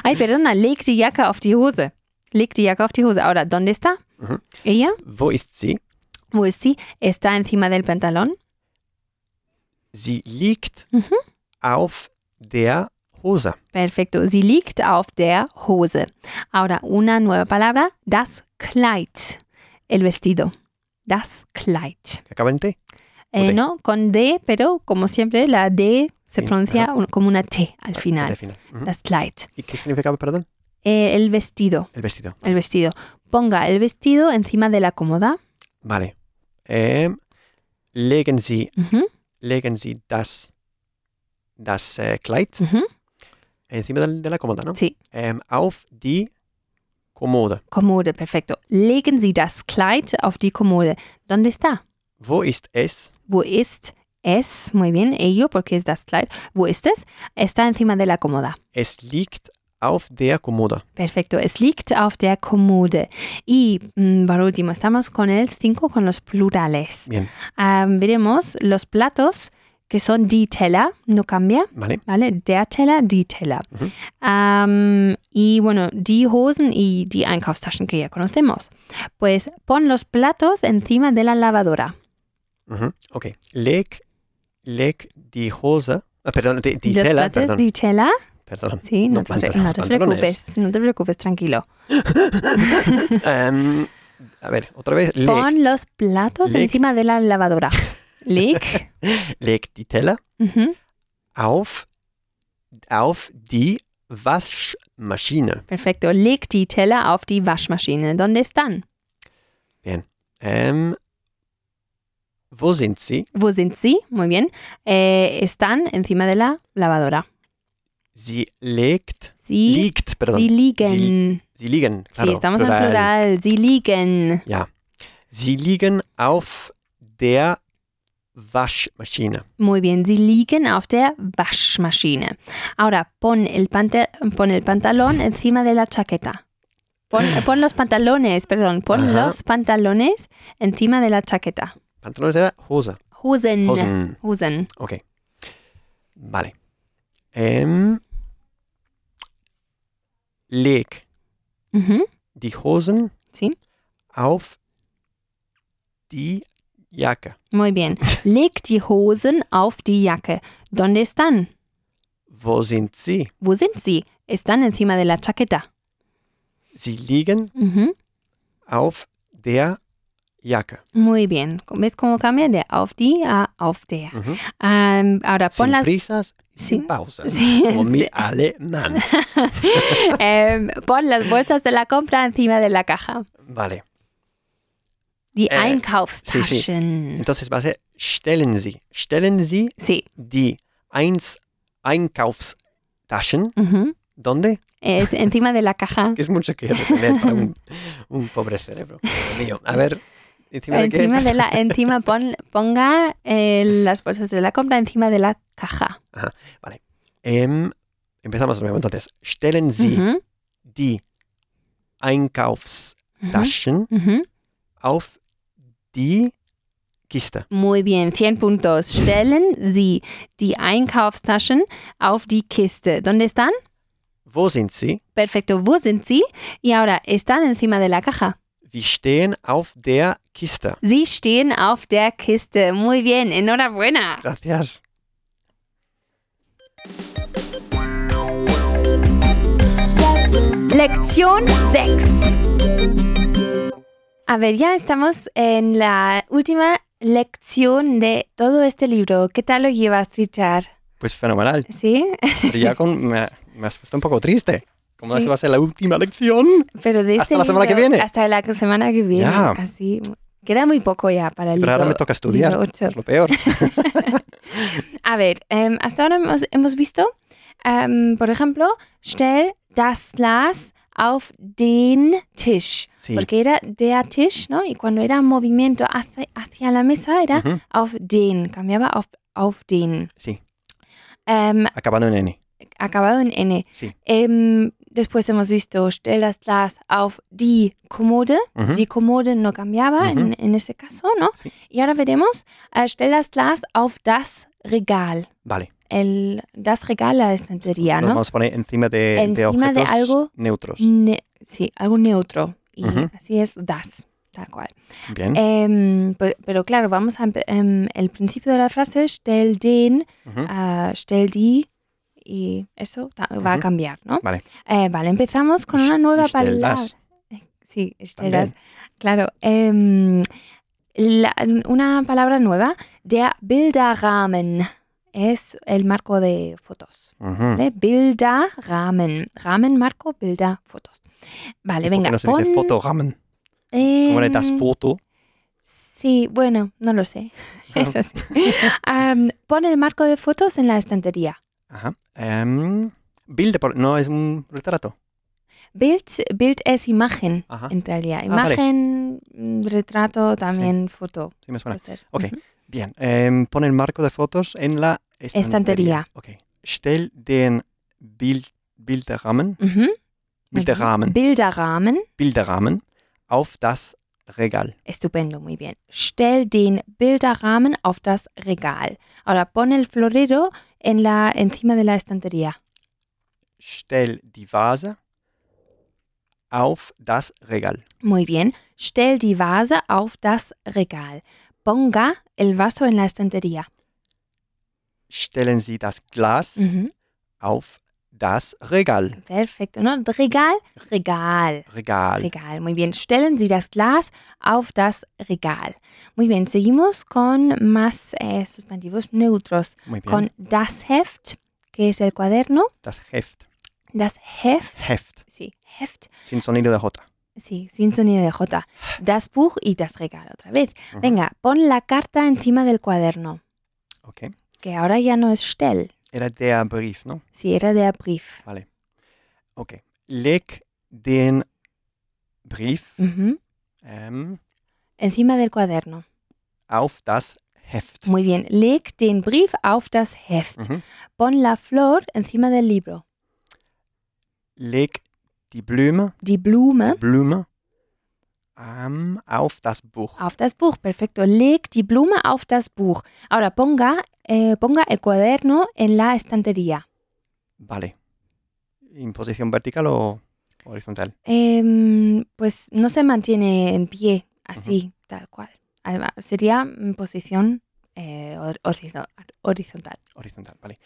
A: Ay, perdona, leg die Jacke auf die Hose. Leg die Jacke auf die Hose. Ahora, ¿dónde está?
B: Ujú.
A: Ella,
B: Wo ist sie?
A: wo es sí, está encima del pantalón.
B: Sie liegt
A: Mhm.
B: auf der Hose.
A: Perfecto. Sie liegt auf der Hose. Ahora, una nueva palabra. Das Kleid. El vestido. Das Kleid.
B: Que acaba en T.
A: Eh,
B: Ok.
A: no, con D, pero como siempre, la D se
B: Sí,
A: pronuncia
B: ajá.
A: un- como una T al
B: Al
A: final.
B: final. Mhm.
A: Das Kleid.
B: ¿Y qué significaba, perdón?
A: Eh, el vestido,
B: El vestido.
A: el vestido. Ponga el vestido encima de la cómoda.
B: Vale. Ähm, legen Sie,
A: Ujú,
B: legen Sie das, das äh, Kleid
A: ujú.
B: encima de, de la cómoda, ¿no?
A: Sí,
B: Ähm, auf die Kommode.
A: Kommode, perfecto. Legen Sie das Kleid auf die Kommode. ¿Dónde está?
B: Wo ist es?
A: Wo ist es? Muy bien, ello, porque es das Kleid. Wo ist es? Está encima de la cómoda.
B: Es liegt auf der Kommode.
A: Perfecto, es liegt auf der Kommode. Y mm, por último, estamos con el 5 con los plurales.
B: Bien,
A: Ah, veremos los platos que son die Teller, no cambia.
B: vale.
A: ¿vale? Der Teller, die Teller.
B: Ujú.
A: Am, y bueno, die Hosen y die Einkaufstaschen que ya conocemos. Pues pon los platos encima de la lavadora.
B: Mhm. Okay. Leg, leg die Hose, ah, perdón, die, die
A: los
B: Teller,
A: platos,
B: perdón,
A: die Teller.
B: perdón.
A: Sí, no,
B: No,
A: te, pre-
B: pantalones,
A: no te
B: pantalones.
A: preocupes, no te preocupes, tranquilo.
B: Ähm, a ver, otra vez. Leg,
A: Pon los platos
B: Leg.
A: encima de la
B: <laughs>
A: lavadora. Leg.
B: leg die Teller
A: Ujú,
B: auf, auf die Waschmaschine.
A: Perfecto. Leg die Teller auf die Waschmaschine. ¿Dónde están?
B: Ähm, wo sind sie?
A: Wo sind sie? Muy bien. Eh, están encima de la lavadora.
B: Sie legt,
A: Sí,
B: liegt, perdón.
A: sie liegen.
B: sie liegen.
A: Sí,
B: claro,
A: estamos en
B: plural.
A: plural. Sie liegen.
B: Sie liegen auf der Waschmaschine.
A: Muy bien, sie liegen auf der Waschmaschine. Ahora, pon el, pante- pon el pantalón encima de la chaqueta.
B: <gasps>
A: Pon, pon los pantalones, perdón, pon
B: Ajá.
A: los pantalones encima de la chaqueta.
B: Pantalones era Hose.
A: Hosen.
B: Hosen.
A: Hosen.
B: Okay. Vale. Ähm, leg
A: Ujú.
B: die Hosen
A: Sí.
B: auf die Jacke.
A: Muy bien. Leg die Hosen auf die Jacke. ¿Dónde están?
B: Wo sind sie?
A: Wo sind sie? Están encima de la chaqueta.
B: Sie liegen
A: Ujú.
B: auf der Jacke.
A: Muy bien. ¿Ves cómo cambia de auf die a auf der?
B: Ujú.
A: Am, ahora pon
B: Sin
A: las.
B: prisas y sin
A: Sí.
B: pausas.
A: <laughs> Sí,
B: Como mi
A: sí.
B: alemán.
A: Em, pon las bolsas de la compra encima de la caja.
B: Vale.
A: Die
B: Eh, sí, sí.
A: Einkaufstaschen.
B: Entonces va a ser stellen Sie. Stellen Sie
A: Sí.
B: die Eins Einkaufstaschen.
A: ujú.
B: ¿Dónde?
A: Es encima de la caja.
B: Que es mucho que retener para un, un pobre cerebro. Dios mío. A ver, <laughs> encima,
A: Encima
B: de qué.
A: de la, encima pon- ponga eh, las bolsas de la compra encima de la caja.
B: Em, empezamos de nuevo entonces. Stellen Sie
A: Ujú,
B: die Einkaufstaschen
A: ujú, ujú.
B: auf die Kiste.
A: Muy bien, 100 puntos. Stellen Sie die Einkaufstaschen auf die Kiste. ¿Dónde están?
B: Wo sind sie?
A: Perfecto, wo sind Sie? Y ahora, están encima de la caja.
B: Wir stehen auf der Kiste.
A: Sie stehen auf der Kiste. Muy bien, enhorabuena.
B: Gracias.
A: Lección 6. A ver, ya estamos en la última lección de todo este libro. ¿Qué tal lo llevas, Richard?
B: Pues fenomenal.
A: Sí,
B: Pero
A: <laughs>
B: ya con, me, me has puesto un poco triste. Como
A: Sí.
B: esa va a ser la última lección.
A: pero de
B: Hasta
A: este
B: la semana
A: libro-
B: que viene.
A: Hasta la semana que viene.
B: Ya.
A: Así. Queda muy poco ya para el libro.
B: Pero ahora me toca estudiar.
A: libro ocho.
B: Es lo peor.
A: A ver, em, hasta ahora hemos, hemos visto, em, por ejemplo, stell das Glas auf den Tisch.
B: Sí.
A: Porque era der Tisch, ¿no? Y cuando era movimiento hacia, hacia la mesa era
B: Ujú.
A: auf den, cambiaba auf, auf den.
B: Sí.
A: Em,
B: Acabando en N.
A: acabado en N.
B: Sí.
A: Em, después hemos visto, stell das Glas auf die Kommode.
B: Ujú.
A: Die Kommode no cambiaba en,
B: Ujú.
A: en ese caso, ¿no?
B: Sí.
A: Y ahora veremos, eh, stell das Glas auf das Regal.
B: Vale.
A: El, das Regal, la estantería,
B: Nos
A: ¿no?
B: vamos a poner encima de, de
A: Encima
B: objetos
A: de algo-
B: neutros.
A: Ne- sí, algo neutro. Y
B: Ujú.
A: así es das, tal cual.
B: Bien.
A: Em, pe- pero claro, vamos a empe- em, el principio de la frase, stell den,
B: Ujú.
A: ah, stell die, y eso ta- va a
B: Ujú.
A: cambiar, ¿no?
B: Vale.
A: Eh, vale, empezamos con una nueva
B: Stell
A: palabra.
B: das.
A: Sí, stell das. Claro. em, la- una palabra nueva, der Bilderrahmen, es el marco de fotos.
B: Ujú.
A: ¿Vale? Bilderrahmen. Rahmen, marco, Bilder, fotos. Vale,
B: ¿Por
A: venga.
B: qué no se dice
A: pon-
B: fotorahmen? ¿Cómo le das
A: em, <laughs>
B: foto? <laughs>
A: Sí, bueno, no lo sé. Eso sí. Am, pon el marco de fotos en la estantería.
B: Ajá. Em, Bilder, por- no es un retrato.
A: Bild, Bild es imagen,
B: Ajá.
A: en realidad.
B: Ah. vale.
A: Imagen, mm, retrato, también foto.
B: Sí, me suena.
A: puede ser.
B: Ok.
A: Ujú.
B: Bien, em, pon el marco de fotos en la estantería.
A: Estantería.
B: Ok. Stell den Bild, Bilderrahmen,
A: Ujú. Muy bien.
B: Bilderrahmen,
A: Bilderrahmen.
B: Bilderrahmen auf das Regal.
A: Estupendo, muy bien. Stell den Bilderrahmen auf das Regal. Ahora pon el florero en la, encima de la estantería.
B: Stell die Vase auf das Regal.
A: Muy bien. Stell die Vase auf das Regal. Ponga el vaso en la estantería.
B: Stellen Sie das Glas
A: Ujú.
B: auf das Regal.
A: Perfecto, ¿no? Regal, Regal.
B: Regal.
A: Regal, muy bien. Stellen Sie das Glas auf das Regal. Muy bien, seguimos con más eh, sustantivos neutros.
B: Muy bien.
A: Con das Heft, que es el cuaderno.
B: das Heft.
A: Das Heft,
B: Heft.
A: sí, Heft,
B: Sin sonido de J.
A: sí, sin sonido de J. Das Buch y das Regal, otra vez.
B: Ujú.
A: Venga, pon la carta encima del cuaderno,
B: Okay.
A: que ahora ya no es Stell,
B: Era der Brief, no?
A: si era der Brief.
B: Okay. Leg den Brief
A: Ujú,
B: ähm,
A: Encima del cuaderno.
B: auf das Heft.
A: Muy bien, leg den Brief auf das Heft.
B: Mhm.
A: Pon la flor encima del libro.
B: Leg die Blume,
A: Die Blume
B: Blume ähm, auf das Buch.
A: auf das Buch. Perfecto. Leg die Blume auf das Buch. Ahora ponga, eh, ponga el cuaderno en la estantería.
B: Vale. ¿En posición vertical o horizontal?
A: Em, pues no se mantiene en pie, así, tal cual. Además, sería en posición eh, hor- horizo- horizontal.
B: Horizontal, vale.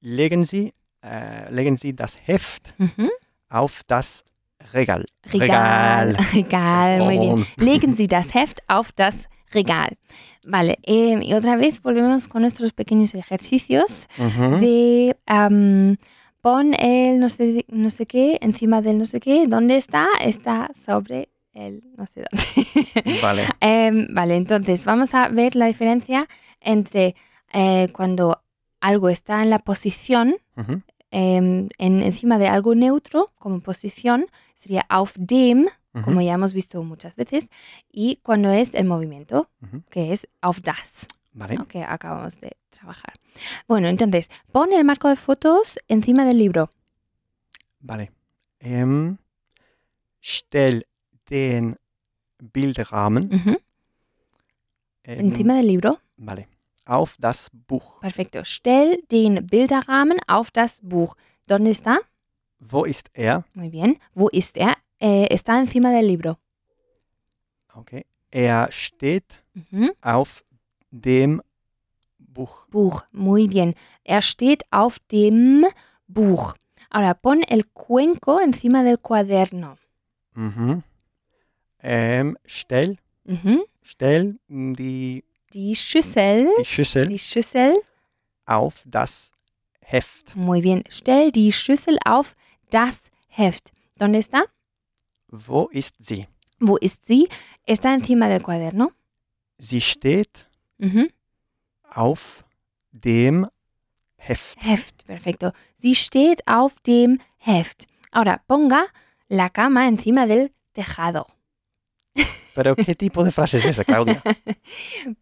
B: Legen Sie, äh, legen Sie das Heft
A: Ujú.
B: auf das Regal.
A: Regal. <laughs> Oh. Regal, Ah, muy bien. Legen Sie das Heft auf das Regal. Vale, eh, y otra vez volvemos con nuestros pequeños ejercicios
B: Ujú.
A: de am, pon el no sé, no sé qué encima del no sé qué. ¿Dónde está? Está sobre el no sé dónde. <laughs>
B: Vale.
A: Em, vale, entonces vamos a ver la diferencia entre eh, cuando algo está en la posición
B: Ujú.
A: em, en, encima de algo neutro como posición, sería auf dem,
B: Ujú.
A: como ya hemos visto muchas veces, y cuando es el movimiento,
B: Ujú.
A: que es auf das,
B: Vale.
A: ¿no? que acabamos de trabajar. Bueno, entonces, pon el marco de fotos encima del libro.
B: Vale. Ähm, stell den Bildrahmen
A: Ujú,
B: ähm,
A: Encima del libro.
B: vale, auf das Buch.
A: Perfecto. Stell den Bilderrahmen auf das Buch. ¿Dónde está?
B: Wo ist er?
A: Muy bien. Wo ist er? Eh, está encima del libro.
B: Okay. Er steht
A: Ujú.
B: auf dem Buch.
A: Buch. Muy bien. Er steht auf dem Buch. Ahora pon el cuenco encima del cuaderno.
B: Mhm. Ähm, stell,
A: Ujú.
B: stell die,
A: Die Schüssel.
B: die Schüssel
A: Die Schüssel.
B: auf das Heft.
A: Muy bien. Stell die Schüssel auf das Heft. ¿Dónde está?
B: Wo ist sie?
A: Wo ist sie? Está encima del cuaderno.
B: Sie steht
A: Ujú.
B: auf dem Heft.
A: Heft. Perfecto. Sie steht auf dem Heft. Ahora ponga la cama encima del tejado.
B: Pero qué tipo de frase es esa, Claudia?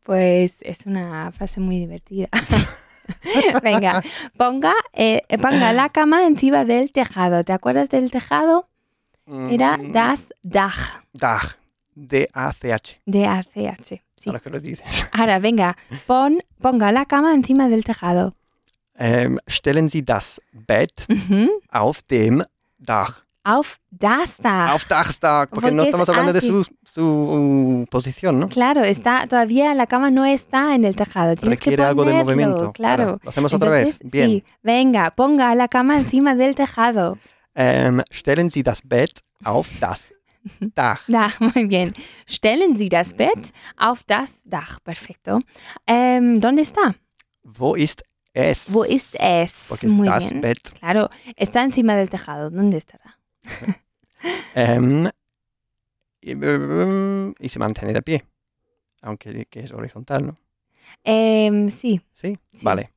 A: Pues es una frase muy divertida. <laughs> Venga, ponga, eh, ponga la cama encima del tejado. ¿Te acuerdas del tejado? Era
B: Mm,
A: das Dach
B: Dach. D-A-C-H.
A: de ACH. Sí.
B: Ahora que lo dices.
A: Ahora, venga, pon, ponga la cama encima del tejado.
B: Ähm, stellen Sie das Bett
A: Ujú.
B: auf dem Dach.
A: Auf das Dach.
B: Auf Dachstag, porque,
A: Porque
B: no
A: es
B: estamos hablando de
A: así.
B: su, su posición, ¿no?
A: Claro, está, todavía la cama no está en el tejado. Tienes
B: Requiere
A: que
B: algo de
A: ponerlo,
B: movimiento.
A: Claro.
B: Lo hacemos otra vez.
A: Entonces,
B: Bien.
A: Sí, venga, ponga la cama encima del tejado. <laughs>
B: Ähm, stellen Sie das Bett auf das Dach.
A: Da, Ah, muy bien. Stellen Sie das Bett auf das Dach. Perfecto. Em, ¿Dónde está?
B: Wo ist es?
A: Wo ist es?
B: Porque es
A: Muy
B: das
A: bien.
B: Bett.
A: Claro, está encima del tejado. ¿Dónde estará?
B: Ähm, ähm, y se mantiene de pie. Aunque que es horizontal, ¿no?
A: Em, sí,
B: ¿Sí?
A: Sí.
B: Vale.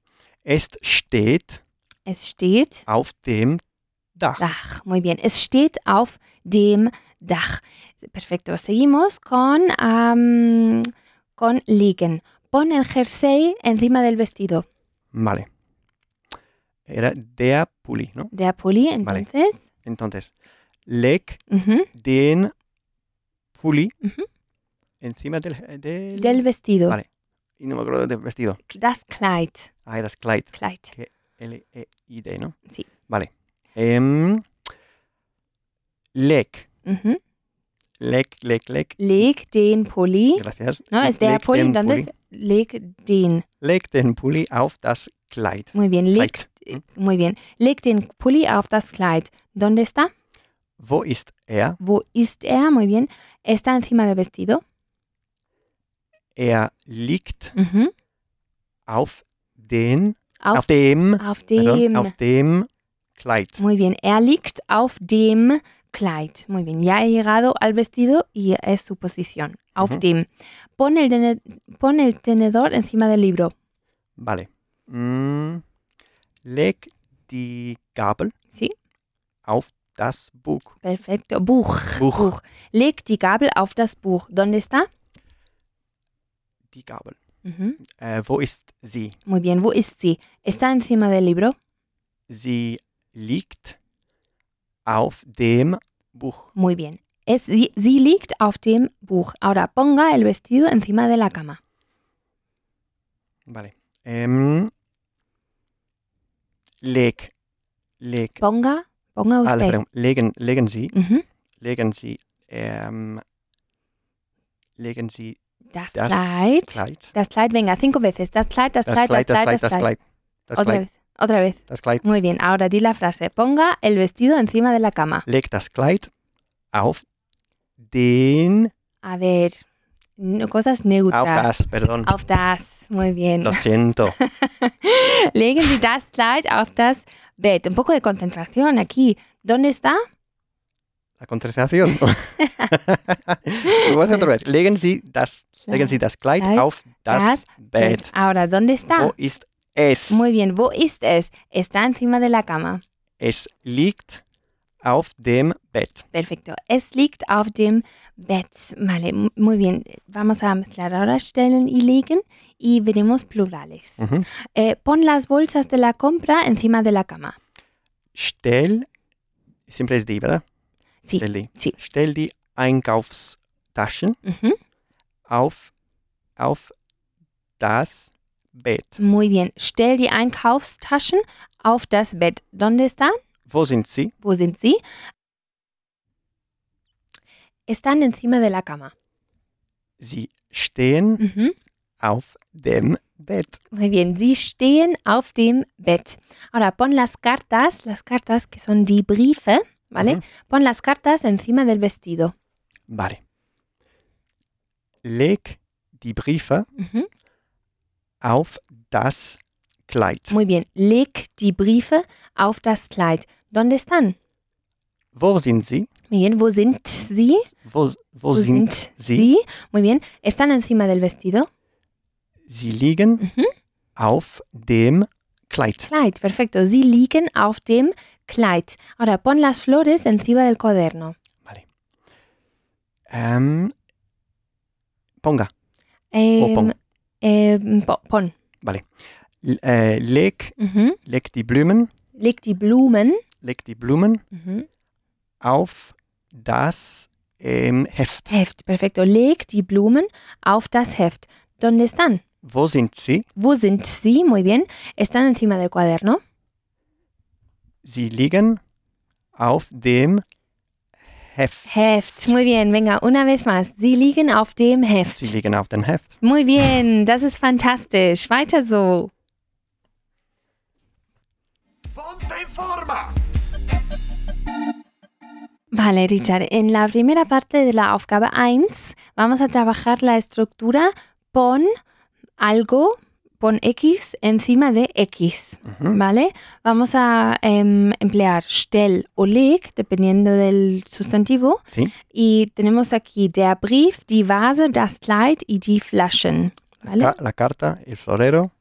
B: Es steht
A: es steht.
B: auf dem Dach.
A: Dach. Muy bien. Es steht auf dem Dach. Perfecto. Seguimos con, am, con liegen. Pon el jersey encima del vestido.
B: Vale. Era der Pulli, ¿no?
A: De Apuli,
B: Vale.
A: entonces.
B: Entonces, leg
A: Ujú.
B: den Pulli
A: Ujú.
B: encima del, eh, del-
A: Del vestido.
B: Vale. Y no me acuerdo del vestido.
A: Das Kleid.
B: Ah, era das Kleid.
A: Kleid.
B: L-E-I-D, E ¿no?
A: Sí.
B: Vale. Em, leg.
A: Ujú.
B: Leg, leg, leg.
A: Leg den Pulli.
B: Gracias.
A: No, es der
B: Leg
A: Pulli,
B: den
A: entonces
B: Pulli.
A: leg den.
B: Leg den Pulli auf das Kleid.
A: Muy bien, leg,
B: Kleid.
A: muy bien. Leg den Pulli auf das Kleid. ¿Dónde está?
B: Wo ist er?
A: Wo ist er? Muy bien. Está encima del vestido.
B: Er liegt
A: Ujú.
B: auf den...
A: Auf,
B: auf dem...
A: auf
B: Perdón,
A: dem.
B: auf dem Kleid.
A: Muy bien. Er liegt auf dem Kleid. Muy bien. Ya he llegado al vestido y es su posición. Auf
B: Ujú.
A: dem. Pon el, tene- pon el tenedor encima del libro.
B: Vale. Mm, leg die Gabel
A: Sí.
B: auf das Buch.
A: Perfecto. Buch.
B: Buch.
A: Buch. Leg die Gabel auf das Buch. ¿Dónde está?
B: Die Gabel.
A: Ujú.
B: Äh, wo ist sie?
A: Muy bien, wo ist sie? Está encima del libro.
B: Sie liegt auf dem Buch.
A: Muy bien. Es, sie, sie liegt auf dem Buch. Ahora ponga el vestido encima de la cama.
B: Vale. Ähm, leg. Leg.
A: Ponga, ponga
B: Ah,
A: usted.
B: perdón. legen, legen Sie.
A: Ujú.
B: Legen Sie. Ähm, legen Sie
A: Das,
B: das
A: Kleid.
B: Kleid.
A: Das Kleid, venga, cinco veces. Das Kleid, das,
B: Das
A: Kleid, das
B: Kleid, das Kleid, das
A: Kleid.
B: Kleid. Das
A: Otra
B: Kleid,
A: vez, otra vez.
B: das Kleid.
A: Muy bien, ahora di la frase. Ponga el vestido encima de la cama.
B: Leg das Kleid auf den,
A: A ver, no- cosas neutras.
B: auf das, perdón,
A: Auf das, muy bien.
B: lo siento.
A: Legen Sie das Kleid auf das Bett. Un poco de concentración aquí. ¿Dónde está?
B: La
A: <laughs>
B: contestación. Lo voy a hacer otra vez. Legen Sie das, legen Sie das Kleid
A: Kleid
B: auf das
A: das
B: Bett.
A: Ahora, ¿dónde está?
B: Wo ist es?
A: Muy bien, wo ist es? Está encima de la cama.
B: Es liegt auf dem Bett.
A: Perfecto. Es liegt auf dem Bett. Vale, mu- muy bien. Vamos a mezclar ahora stellen y liegen y veremos plurales.
B: Ujú.
A: Eh, pon las bolsas de la compra encima de la cama.
B: Stell, siempre es die, ¿verdad?
A: Sí,
B: Stell die.
A: sí.
B: Stell die Einkaufstaschen
A: Ujú.
B: auf, auf das Bett.
A: Muy bien. Stell die Einkaufstaschen auf das Bett. ¿Dónde están?
B: Wo sind sie?
A: Wo sind sie? Están encima de la cama.
B: Sie stehen
A: Ujú.
B: auf dem Bett.
A: Muy bien, sie stehen auf dem Bett. Ahora pon las cartas, las cartas que son die Briefe, ¿vale?
B: Ujú.
A: Pon las cartas encima del vestido.
B: Vale. Leg die Briefe
A: Ujú.
B: auf das Kleid.
A: Muy bien, leg die Briefe auf das Kleid. ¿Dónde están?
B: Wo sind sie?
A: Muy bien, wo sind sie?
B: Wo, wo sind sie?
A: Muy bien, están encima del vestido.
B: Sie liegen
A: Mhm.
B: auf dem Kleid.
A: Kleid, perfecto. Sie liegen auf dem Kleid. Ahora pon las flores encima del cuaderno.
B: Ähm, ponga.
A: Em,
B: pon.
A: em, po- pon.
B: L- Äh, leg,
A: Ujú.
B: leg die Blumen,
A: Leg die Blumen.
B: leg die Blumen
A: Ujú.
B: auf das ähm, Heft.
A: Heft, perfecto. Leg die Blumen auf das Heft. ¿Dónde están?
B: Wo sind sie?
A: Wo sind sie? Muy bien. Están encima del cuaderno.
B: Sie liegen auf dem Heft.
A: Heft. Muy bien. Venga, una vez más. Sie liegen auf dem Heft.
B: Sie liegen auf dem Heft.
A: Muy bien. Das ist fantastisch. Weiter so. Vale, Richard. En la primera parte de la Aufgabe 1 vamos a trabajar la estructura pon algo, pon X encima de X.
B: Mhm.
A: ¿Vale? Vamos a em, emplear stell o leg, dependiendo del sustantivo.
B: Sí.
A: Y tenemos aquí der Brief, die Vase, das Kleid y die Flaschen. ¿Vale?
B: Ca- La carta, el florero,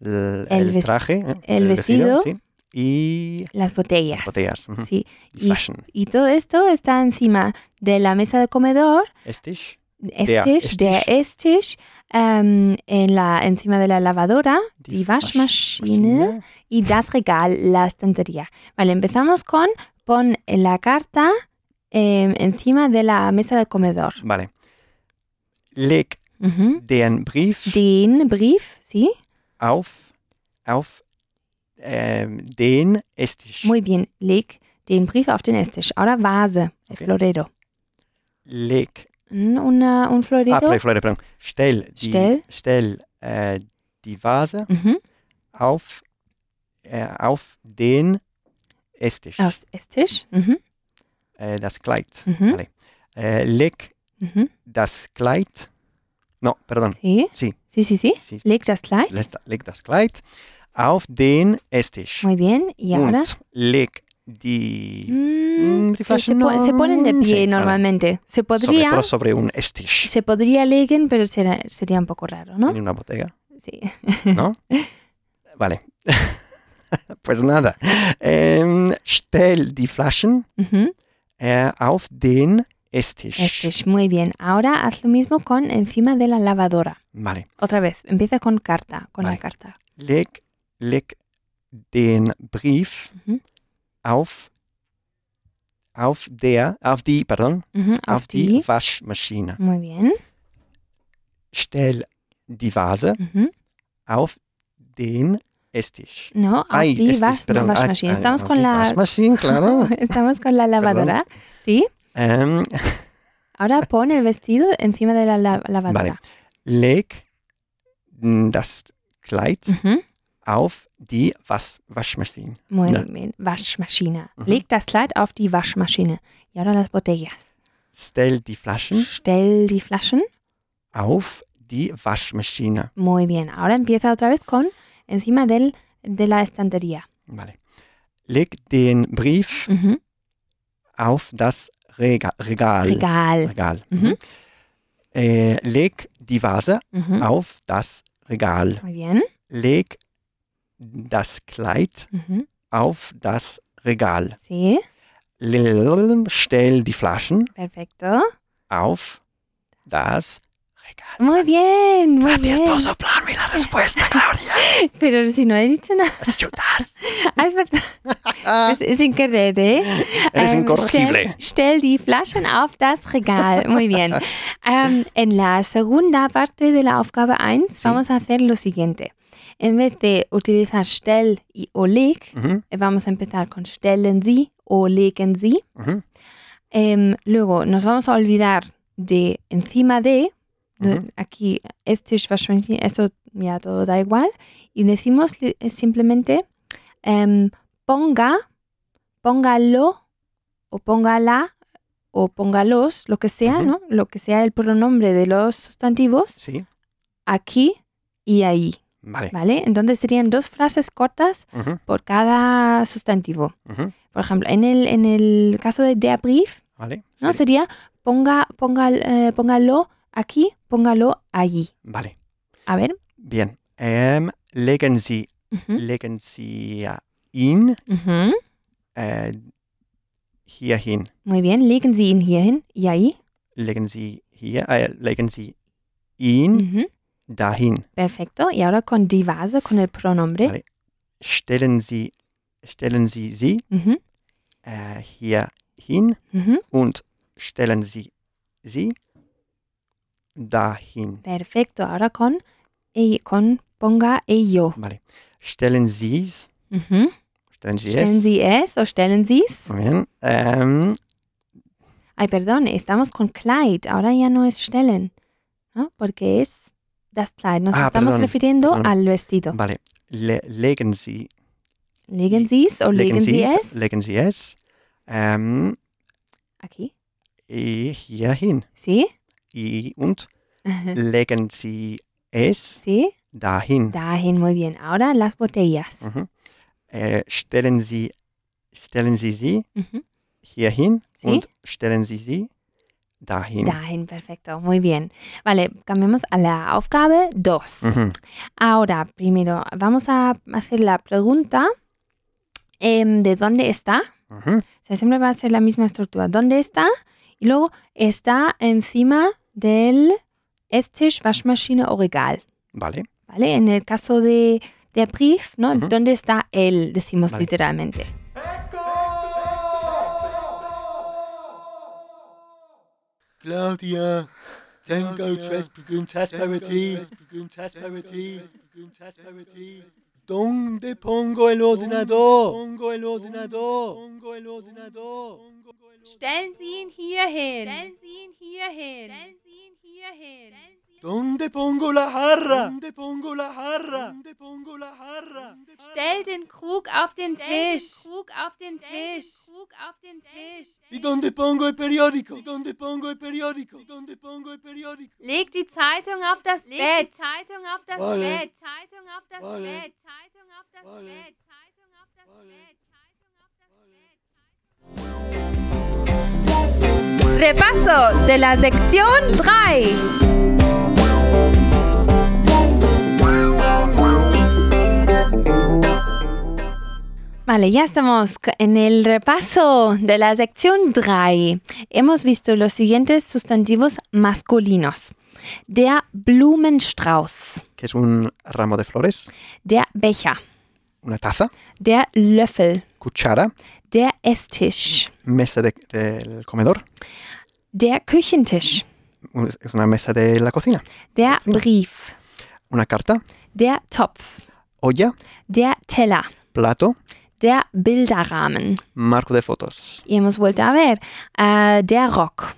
B: el,
A: El
B: el
A: ves-
B: traje, eh,
A: el vestido.
B: sí, y
A: Las botellas.
B: las botellas. mhm.
A: Sí.
B: Y
A: Y-
B: Flaschen.
A: Y todo esto está encima de la mesa de comedor,
B: Esstisch,
A: Esstisch,
B: Esstisch.
A: der Esstisch, em, en la, encima de la lavadora,
B: die
A: die
B: Wasch-
A: Waschmaschine.
B: Maschine.
A: y das Regal, la estantería. Vale, empezamos con pon la carta eh, encima de la mesa del comedor.
B: Vale. Leg
A: Ujú.
B: den Brief
A: Den Brief, ¿sí?
B: auf, auf ähm, den Esstisch.
A: Muy bien, leg den Brief auf den Esstisch. Ahora vase, el
B: Ok.
A: florero.
B: Leg.
A: Mm, Una, un florero.
B: Ah, Flore, Flore, pardon. Stell die,
A: Stell.
B: stell, äh, die Vase
A: Ujú,
B: auf, äh, auf den Esstisch.
A: Aus Esstisch. Ujú,
B: Äh, das Kleid.
A: ujú,
B: Vale. Äh, leg
A: ujú.
B: das Kleid. No, pardon.
A: Sí.
B: Sí.
A: sí, sí, sí.
B: Sie-
A: Leg das Kleid.
B: Leg, leg das Kleid auf den Esstisch.
A: Muy bien. Y ahora.
B: Und leg die
A: Mm,
B: Mm,
A: sí,
B: flash
A: se, po-
B: no-
A: se ponen de
B: sí,
A: pie
B: vale.
A: normalmente. Se
B: sobre
A: podría,
B: todo sobre un Esstisch.
A: se podría legen, pero será- sería un poco raro, ¿no?
B: En una botella.
A: Sí.
B: ¿no? vale. <laughs> pues nada. Ähm, stell die Flaschen
A: Ujú.
B: äh, auf den Esstisch.
A: Esto es muy bien. Ahora haz lo mismo con encima de la lavadora.
B: Vale.
A: Otra vez, empieza con carta, con
B: Vale.
A: la carta.
B: Leg, leg den Brief
A: Mhm.
B: auf, auf der, auf die, pardon,
A: Ujú,
B: auf,
A: auf
B: die,
A: die.
B: Waschmaschine.
A: Muy bien.
B: Stell die Vase
A: Ujú.
B: auf den Esstisch.
A: No, auf
B: Ay,
A: die
B: Esstisch,
A: Wasch-
B: perdón. ah,
A: no,
B: Ay,
A: Waschmaschine.
B: ay,
A: Estamos
B: auf
A: con
B: die
A: la
B: Waschmaschine, claro.
A: <laughs> Estamos con la lavadora. Sí.
B: Ähm,
A: Ahora pon el vestido encima de la la- lavadora.
B: leg mm, das Kleid
A: Ujú.
B: auf die Was Waschmaschine.
A: Muy
B: No.
A: bien. Waschmaschine.
B: Ujú.
A: Leg das Kleid auf die Waschmaschine. Y ahora las botellas.
B: Stell die Flaschen
A: Stell die Flaschen.
B: auf die Waschmaschine.
A: Muy bien. Ahora empieza otra vez con encima del, de la estantería.
B: Vale. Leg den Brief
A: Ujú.
B: auf das Rega Regal.
A: Regal.
B: Regal.
A: Mhm.
B: Äh, leg die Vase
A: Ujú.
B: auf das Regal.
A: Muy bien.
B: Leg das Kleid
A: Ujú.
B: auf das Regal.
A: Sí,
B: Lelelelelem, Stell die Flaschen
A: perfecto.
B: auf das Regal.
A: Muy bien, muy
B: Gracias
A: bien.
B: por soplarme la respuesta,
A: <laughs>
B: Claudia.
A: Pero si no he dicho nada, <laughs>
B: Ayudas.
A: Ah, es verdad.
B: Ah.
A: Es- sin querer, ¿eh?
B: <laughs> Eres
A: Ähm,
B: incorregible.
A: Stell, stell die Flaschen auf das Regal. Muy bien. Ähm, en la segunda parte de la Aufgabe 1
B: Sí.
A: vamos a hacer lo siguiente. En vez de utilizar stell y o leg,
B: Mhm,
A: eh, vamos a empezar con stellen Sie o legen Sie.
B: mhm,
A: Em, luego nos vamos a olvidar de encima de, de-
B: Ujú.
A: aquí es Tisch, Waschmaschine, eso ya todo da igual. Y decimos li- eh, simplemente em, ponga, póngalo o póngala o póngalos, lo que sea,
B: Ujú.
A: ¿no? Lo que sea el pronombre de los sustantivos
B: Sí,
A: aquí y ahí,
B: vale.
A: ¿vale? Entonces serían dos frases cortas
B: Mhm,
A: por cada sustantivo.
B: mhm,
A: Por ejemplo, en el, en el caso de der Brief,
B: Vale.
A: ¿no?
B: sí,
A: Sería ponga, ponga, eh, póngalo aquí, póngalo allí.
B: Vale.
A: A ver.
B: Bien. Ähm, legen Sie,
A: Ujú,
B: legen Sie äh, ihn
A: ujú.
B: äh, hierhin.
A: Muy bien, legen Sie ihn hier hin y ahí.
B: Legen Sie hier, äh, legen Sie ihn
A: Ujú,
B: dahin.
A: Perfecto. Y ahora con die Vase, con el pronombre.
B: Vale. Stellen Sie, stellen Sie sie
A: Ujú,
B: äh, hierhin
A: ujú.
B: und stellen Sie sie dahin.
A: Perfecto. Ahora con, ell- con ponga ello.
B: Vale. Stellen Sie's,
A: Ujú.
B: stellen Sie
A: Stellen
B: es.
A: Sie es o stellen Sie es.
B: Moment, ähm,
A: Ay, perdón, estamos con Kleid. Ahora ya no es stellen, ¿no? Porque es das Kleid. Nos
B: Ah,
A: estamos
B: perdón,
A: refiriendo
B: perdón.
A: al vestido.
B: vale. Le legen Sie,
A: Legen Sie es o Oh, legen, Sie es.
B: legen Sie es ähm,
A: Aquí.
B: eh, hierhin.
A: ¿Sí?
B: I- Und legen Sie es
A: Sí,
B: dahin.
A: dahin, muy bien. Ahora las botellas.
B: Mhm. Äh, stellen Sie, stellen Sie sie
A: Ujú.
B: hierhin
A: Sie?
B: und stellen Sie sie dahin.
A: Dahin, perfecto, muy bien. Vale, cambiamos a la Aufgabe 2.
B: Mhm.
A: Ahora, primero, vamos a hacer la pregunta em, de dónde está.
B: Mhm.
A: O sea, siempre va a ser la misma estructura. ¿Dónde está? Y luego está encima del Esstisch, Waschmaschine o Regal.
B: Vale.
A: ¿Vale? En el caso de, de Brief, ¿no?
B: Ujú.
A: ¿Dónde está él? Decimos
B: Vale.
A: literalmente.
C: Claudia,
D: Tango
C: Tango
D: Transparity, Transparity,
C: Transparency,
D: Transparity.
C: ¿dónde pongo el ordenador? Pongo el
D: ordenador.
C: pongo el ordenador.
E: Stellen Sie ihn hier hin. Stellen Sie ihn hier hin. Stellen Sie ihn hier hin.
C: ¿Dónde pongo la jarra? ¿Dónde pongo la jarra? ¿Dónde pongo la jarra?
E: Stell den Krug auf den
A: Stell den
E: Tisch. Krug auf den Tisch. Krug auf den Tisch.
C: ¿Y dónde pongo el periódico? ¿Y dónde pongo el periódico? ¿Y dónde pongo el periódico?
E: Leg die Zeitung auf das Leg Bett. Die Zeitung auf das
C: Vale.
E: Bett. Zeitung auf das
C: Vale.
E: Bett. Zeitung auf das
C: Vale.
E: Bett. Zeitung auf das
C: Vale.
E: Bett. Zeitung auf das Bett. Repaso de la sección 3.
A: Vale, ya estamos c- en el repaso de la sección 3. Hemos visto los siguientes sustantivos masculinos. Der Blumenstrauß,
B: Que es un ramo de flores,
A: der Becher,
B: una taza,
A: der Löffel,
B: cuchara,
A: der Esstisch,
B: mesa de- del comedor,
A: der Küchentisch,
B: un- es una mesa de la cocina,
A: der Brief,
B: una carta,
A: der Topf,
B: olla,
A: der Teller,
B: plato,
A: der Bilderrahmen.
B: marco de fotos,
A: Y hemos vuelto a ver. Äh, der Rock,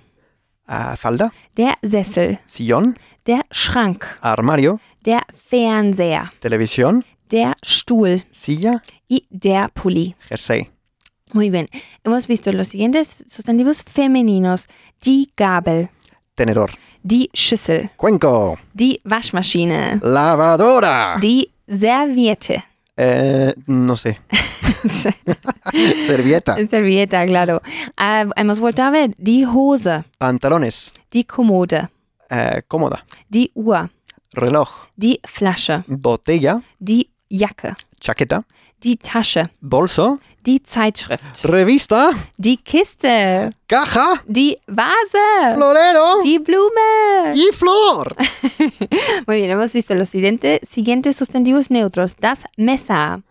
B: ah, falda,
A: der Sessel,
B: sillón,
A: der Schrank,
B: armario,
A: der Fernseher,
B: televisión,
A: der Stuhl
B: silla,
A: y der Pulli.
B: jersey.
A: Muy bien. Hemos visto los siguientes sustantivos femeninos. Die Gabel,
B: Tenedor.
A: die Schüssel,
B: Cuenco.
A: die Waschmaschine,
B: Lavadora.
A: die Serviette. <laughs>
B: Eh, no sé. Servieta.
A: Serviette, claro. Ah, hemos vuelto a ver die Hose,
B: Pantalones.
A: die Kommode,
B: Eh, cómoda.
A: die Uhr,
B: Reloj.
A: die Flasche,
B: Botella.
A: die Jacke,
B: Chaqueta.
A: die Tasche,
B: Bolso.
A: die Zeitschrift,
B: Revista.
A: die Kiste,
B: Caja.
A: die Vase,
B: Florero.
A: die Blume.
B: Y flor.
A: Ah. Muy bien, hemos visto los siguiente- siguientes sustantivos neutros. Das Messer,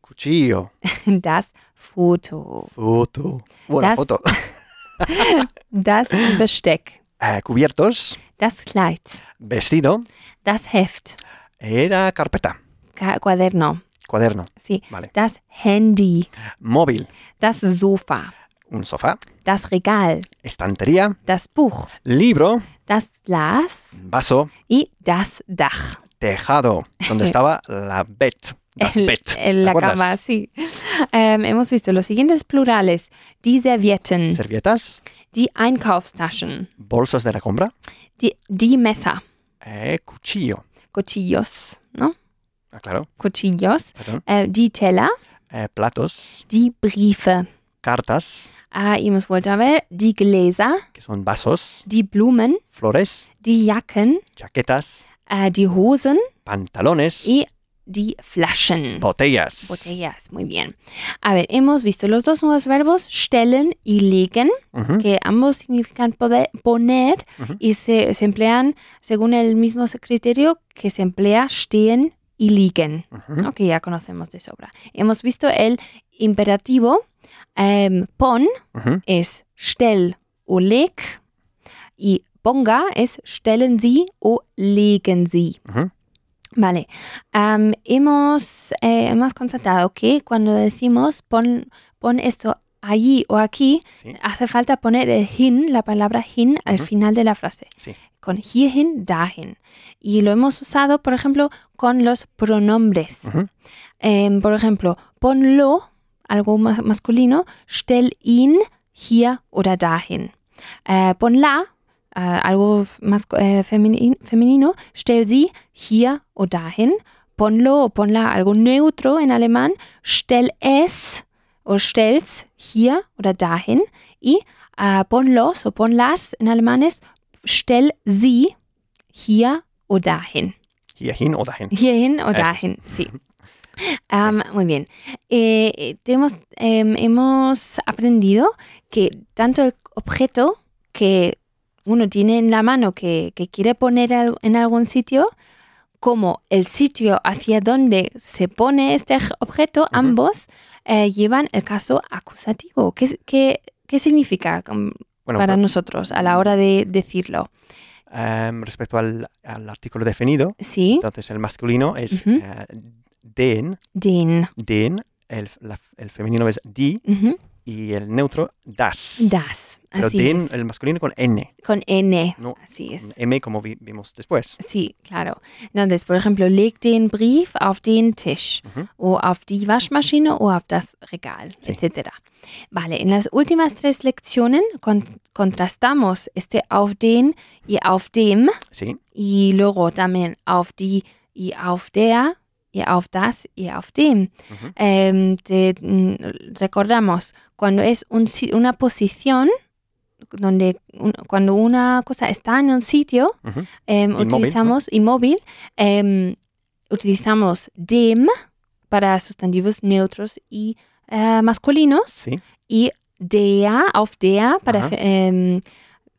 B: Cuchillo.
A: das Foto,
B: Foto. Bueno,
A: Das-
B: foto.
A: das Besteck,
B: Eh, cubiertos.
A: das Kleid,
B: Vestido.
A: das Heft,
B: Era carpeta.
A: Ca- cuaderno,
B: Cuaderno.
A: sí,
B: Vale.
A: das Handy,
B: Móvil.
A: das Sofa,
B: Un sofá.
A: das Regal,
B: Estantería.
A: das Buch,
B: Libro.
A: das Glas
B: Vaso.
A: y das Dach.
B: Tejado.
A: <laughs>
B: Donde estaba la bet. Das
A: El-
B: bet.
A: el-
B: ¿Te
A: la
B: acuerdas?
A: cama, sí. Em, hemos visto los siguientes plurales. Die Servietten,
B: Servilletas.
A: die Einkaufstaschen,
B: Bolsos de la compra.
A: die, die Messer,
B: Eh, cuchillo.
A: Cuchillos, ¿no?
B: Ah, claro.
A: Cuchillos,
B: Perdón.
A: eh, die Teller,
B: Eh, platos.
A: die Briefe.
B: Cartas.
A: Ah, y hemos vuelto a ver die Gläser,
B: Que son vasos.
A: die Blumen,
B: Flores.
A: die Jacken,
B: Chaquetas.
A: äh, die Hosen
B: Pantalones.
A: y die Flaschen.
B: Botellas.
A: Botellas, muy bien. A ver, hemos visto los dos nuevos verbos stellen y legen,
B: Ujú.
A: que ambos significan poder- poner
B: Ujú.
A: y se, se emplean según el mismo criterio que se emplea stehen y liegen,
B: Ujú.
A: ¿no? que ya conocemos de sobra. Hemos visto el imperativo em, pon
B: Ujú.
A: es stell o leg y ponga es stellen Sie o legen Sie.
B: Ujú.
A: Vale, Am, hemos, eh, hemos constatado que cuando decimos pon, pon esto allí o aquí,
B: Sí.
A: hace falta poner el hin, la palabra hin, al
B: Ujú.
A: final de la frase.
B: Sí.
A: Con hierhin, dahin. Y lo hemos usado, por ejemplo, con los pronombres.
B: Ujú.
A: Em, por ejemplo, ponlo, algo más masculino, stell ihn hier oder dahin. Äh, ponla, äh, algo masco- äh, feminin- femenino, stell sie hier oder dahin. Ponlo o ponla, algo neutro en alemán, stell es o stell's hier oder dahin. Y äh, ponlos o ponlas en alemán es stell sie hier oder dahin.
B: Hierhin o dahin.
A: Hierhin o
B: Eso.
A: dahin,
B: <laughs>
A: sí. Am, muy bien. Eh, eh, te hemos, em, hemos aprendido que tanto el objeto que uno tiene en la mano que, que quiere poner al- en algún sitio, como el sitio hacia donde se pone este ej- objeto, ambos eh, llevan el caso acusativo. ¿Qué, es- qué- qué significa com-
B: Bueno,
A: para
B: pero,
A: nosotros a la hora de decirlo?
B: em, respecto al, al artículo definido,
A: Sí,
B: entonces el masculino es
A: Ujú.
B: eh, den,
A: den.
B: den, el, la- el femenino es di
A: Ujú.
B: y el neutro das.
A: Das.
B: Pero
A: Así
B: den,
A: es.
B: el masculino con n,
A: Con N.
B: no
A: Así es.
B: con m como vi- vimos después.
A: Sí, claro. Entonces, por ejemplo, leg den Brief auf den Tisch
B: Ujú.
A: o auf die Waschmaschine o auf das Regal,
B: Sí.
A: etc. Vale, en las últimas tres lecciones con- contrastamos este auf den y auf dem
B: Sí,
A: y luego también auf die y auf der y auf das y auf dem.
B: Ujú.
A: Em, te- mm, recordamos, cuando es un si- una posición, donde un- cuando una cosa está en un sitio,
B: Ujú.
A: em,
B: Inmóvil, ¿no?
A: utilizamos inmóvil, em, utilizamos dem para sustantivos neutros y eh, masculinos
B: sí.
A: y der auf der para
B: Ajá.
A: fe- em,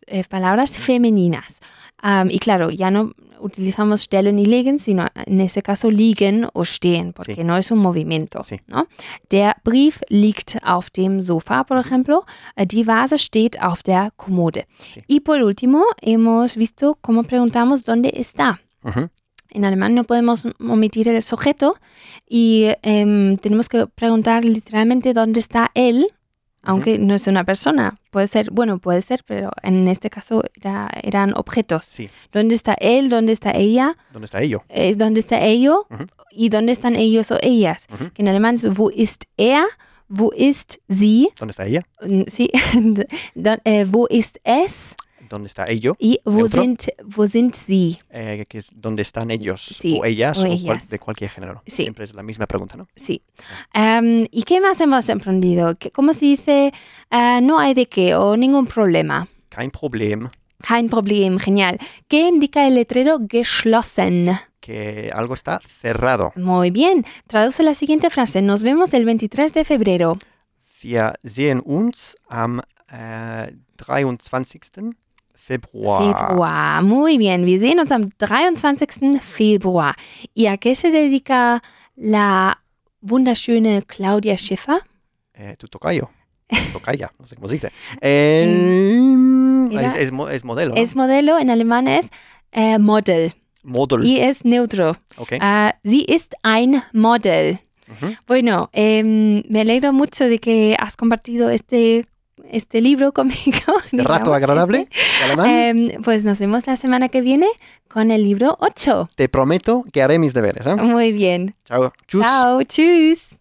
A: eh, palabras femeninas. Am, y claro, ya no utilizamos stellen y legen, sino en ese caso liegen o stehen, porque
B: Sí.
A: no es un movimiento.
B: Sí.
A: ¿no? Der Brief liegt auf dem Sofa, por ejemplo. Eh, Die Vase steht auf der Kommode.
B: Sí.
A: Y por último, hemos visto cómo preguntamos dónde está.
B: Ujú.
A: En alemán no podemos omitir el sujeto y em, tenemos que preguntar literalmente dónde está él, aunque no es una persona. Puede ser, bueno, puede ser, pero en este caso era- eran objetos.
B: Sí,
A: ¿Dónde está él? ¿Dónde está ella?
B: ¿dónde está ello?
A: eh, ¿Dónde está ello?
B: Ujú.
A: ¿Y dónde están ellos o ellas?
B: Ujú.
A: Que en alemán es wo ist er, Wo ist sie?
B: ¿Dónde está ella?
A: Mm, Sí. <laughs> Dann, äh, wo ist es?
B: ¿Dónde está ello?
A: Y wo
B: Neutro.
A: sind, wo sind sie?
B: Eh, que es ¿Dónde están ellos?
A: Sí,
B: o ellas,
A: o
B: o cual-
A: ellas.
B: de cualquier género.
A: Sí.
B: Siempre es la misma pregunta, ¿no?
A: Sí. Em, ¿Y qué más hemos aprendido? Que- ¿Cómo se dice? eh, no hay de qué o ningún problema.
B: Kein Problem,
A: Kein Problem, genial. ¿Qué indica el letrero geschlossen?
B: que algo está cerrado.
A: Muy bien. Traduce la siguiente frase. Nos vemos el 23 de febrero.
B: Wir sehen uns am eh, 23. Februar.
A: Februar. Muy bien. Wir sehen uns am 23. Februar. ¿Y a qué se dedica la wunderschöne Claudia Schiffer?
B: Eh,
A: <laughs>
B: tu tocayo. Tu Tocaya, no sé cómo se dice. Em,
A: Mm, Era-
B: es, es mo- es modelo. ¿no?
A: Es modelo, en alemán es äh, Model.
B: Model.
A: Y es neutro.
B: ok.
A: Äh, sie ist ein Model.
B: ¿Eh? Ujú.
A: Bueno, em, me alegro mucho de que has compartido este, este libro <laughs> conmigo.
B: Este rato
A: digamos,
B: agradable. Ah.
A: este.
B: de alemán.
A: Em, pues nos vemos la semana que viene con el libro 8.
B: Te prometo que haré mis deberes. ¿eh?
A: Muy bien.
B: Chao. Tschüss.
A: Chao, tschüss.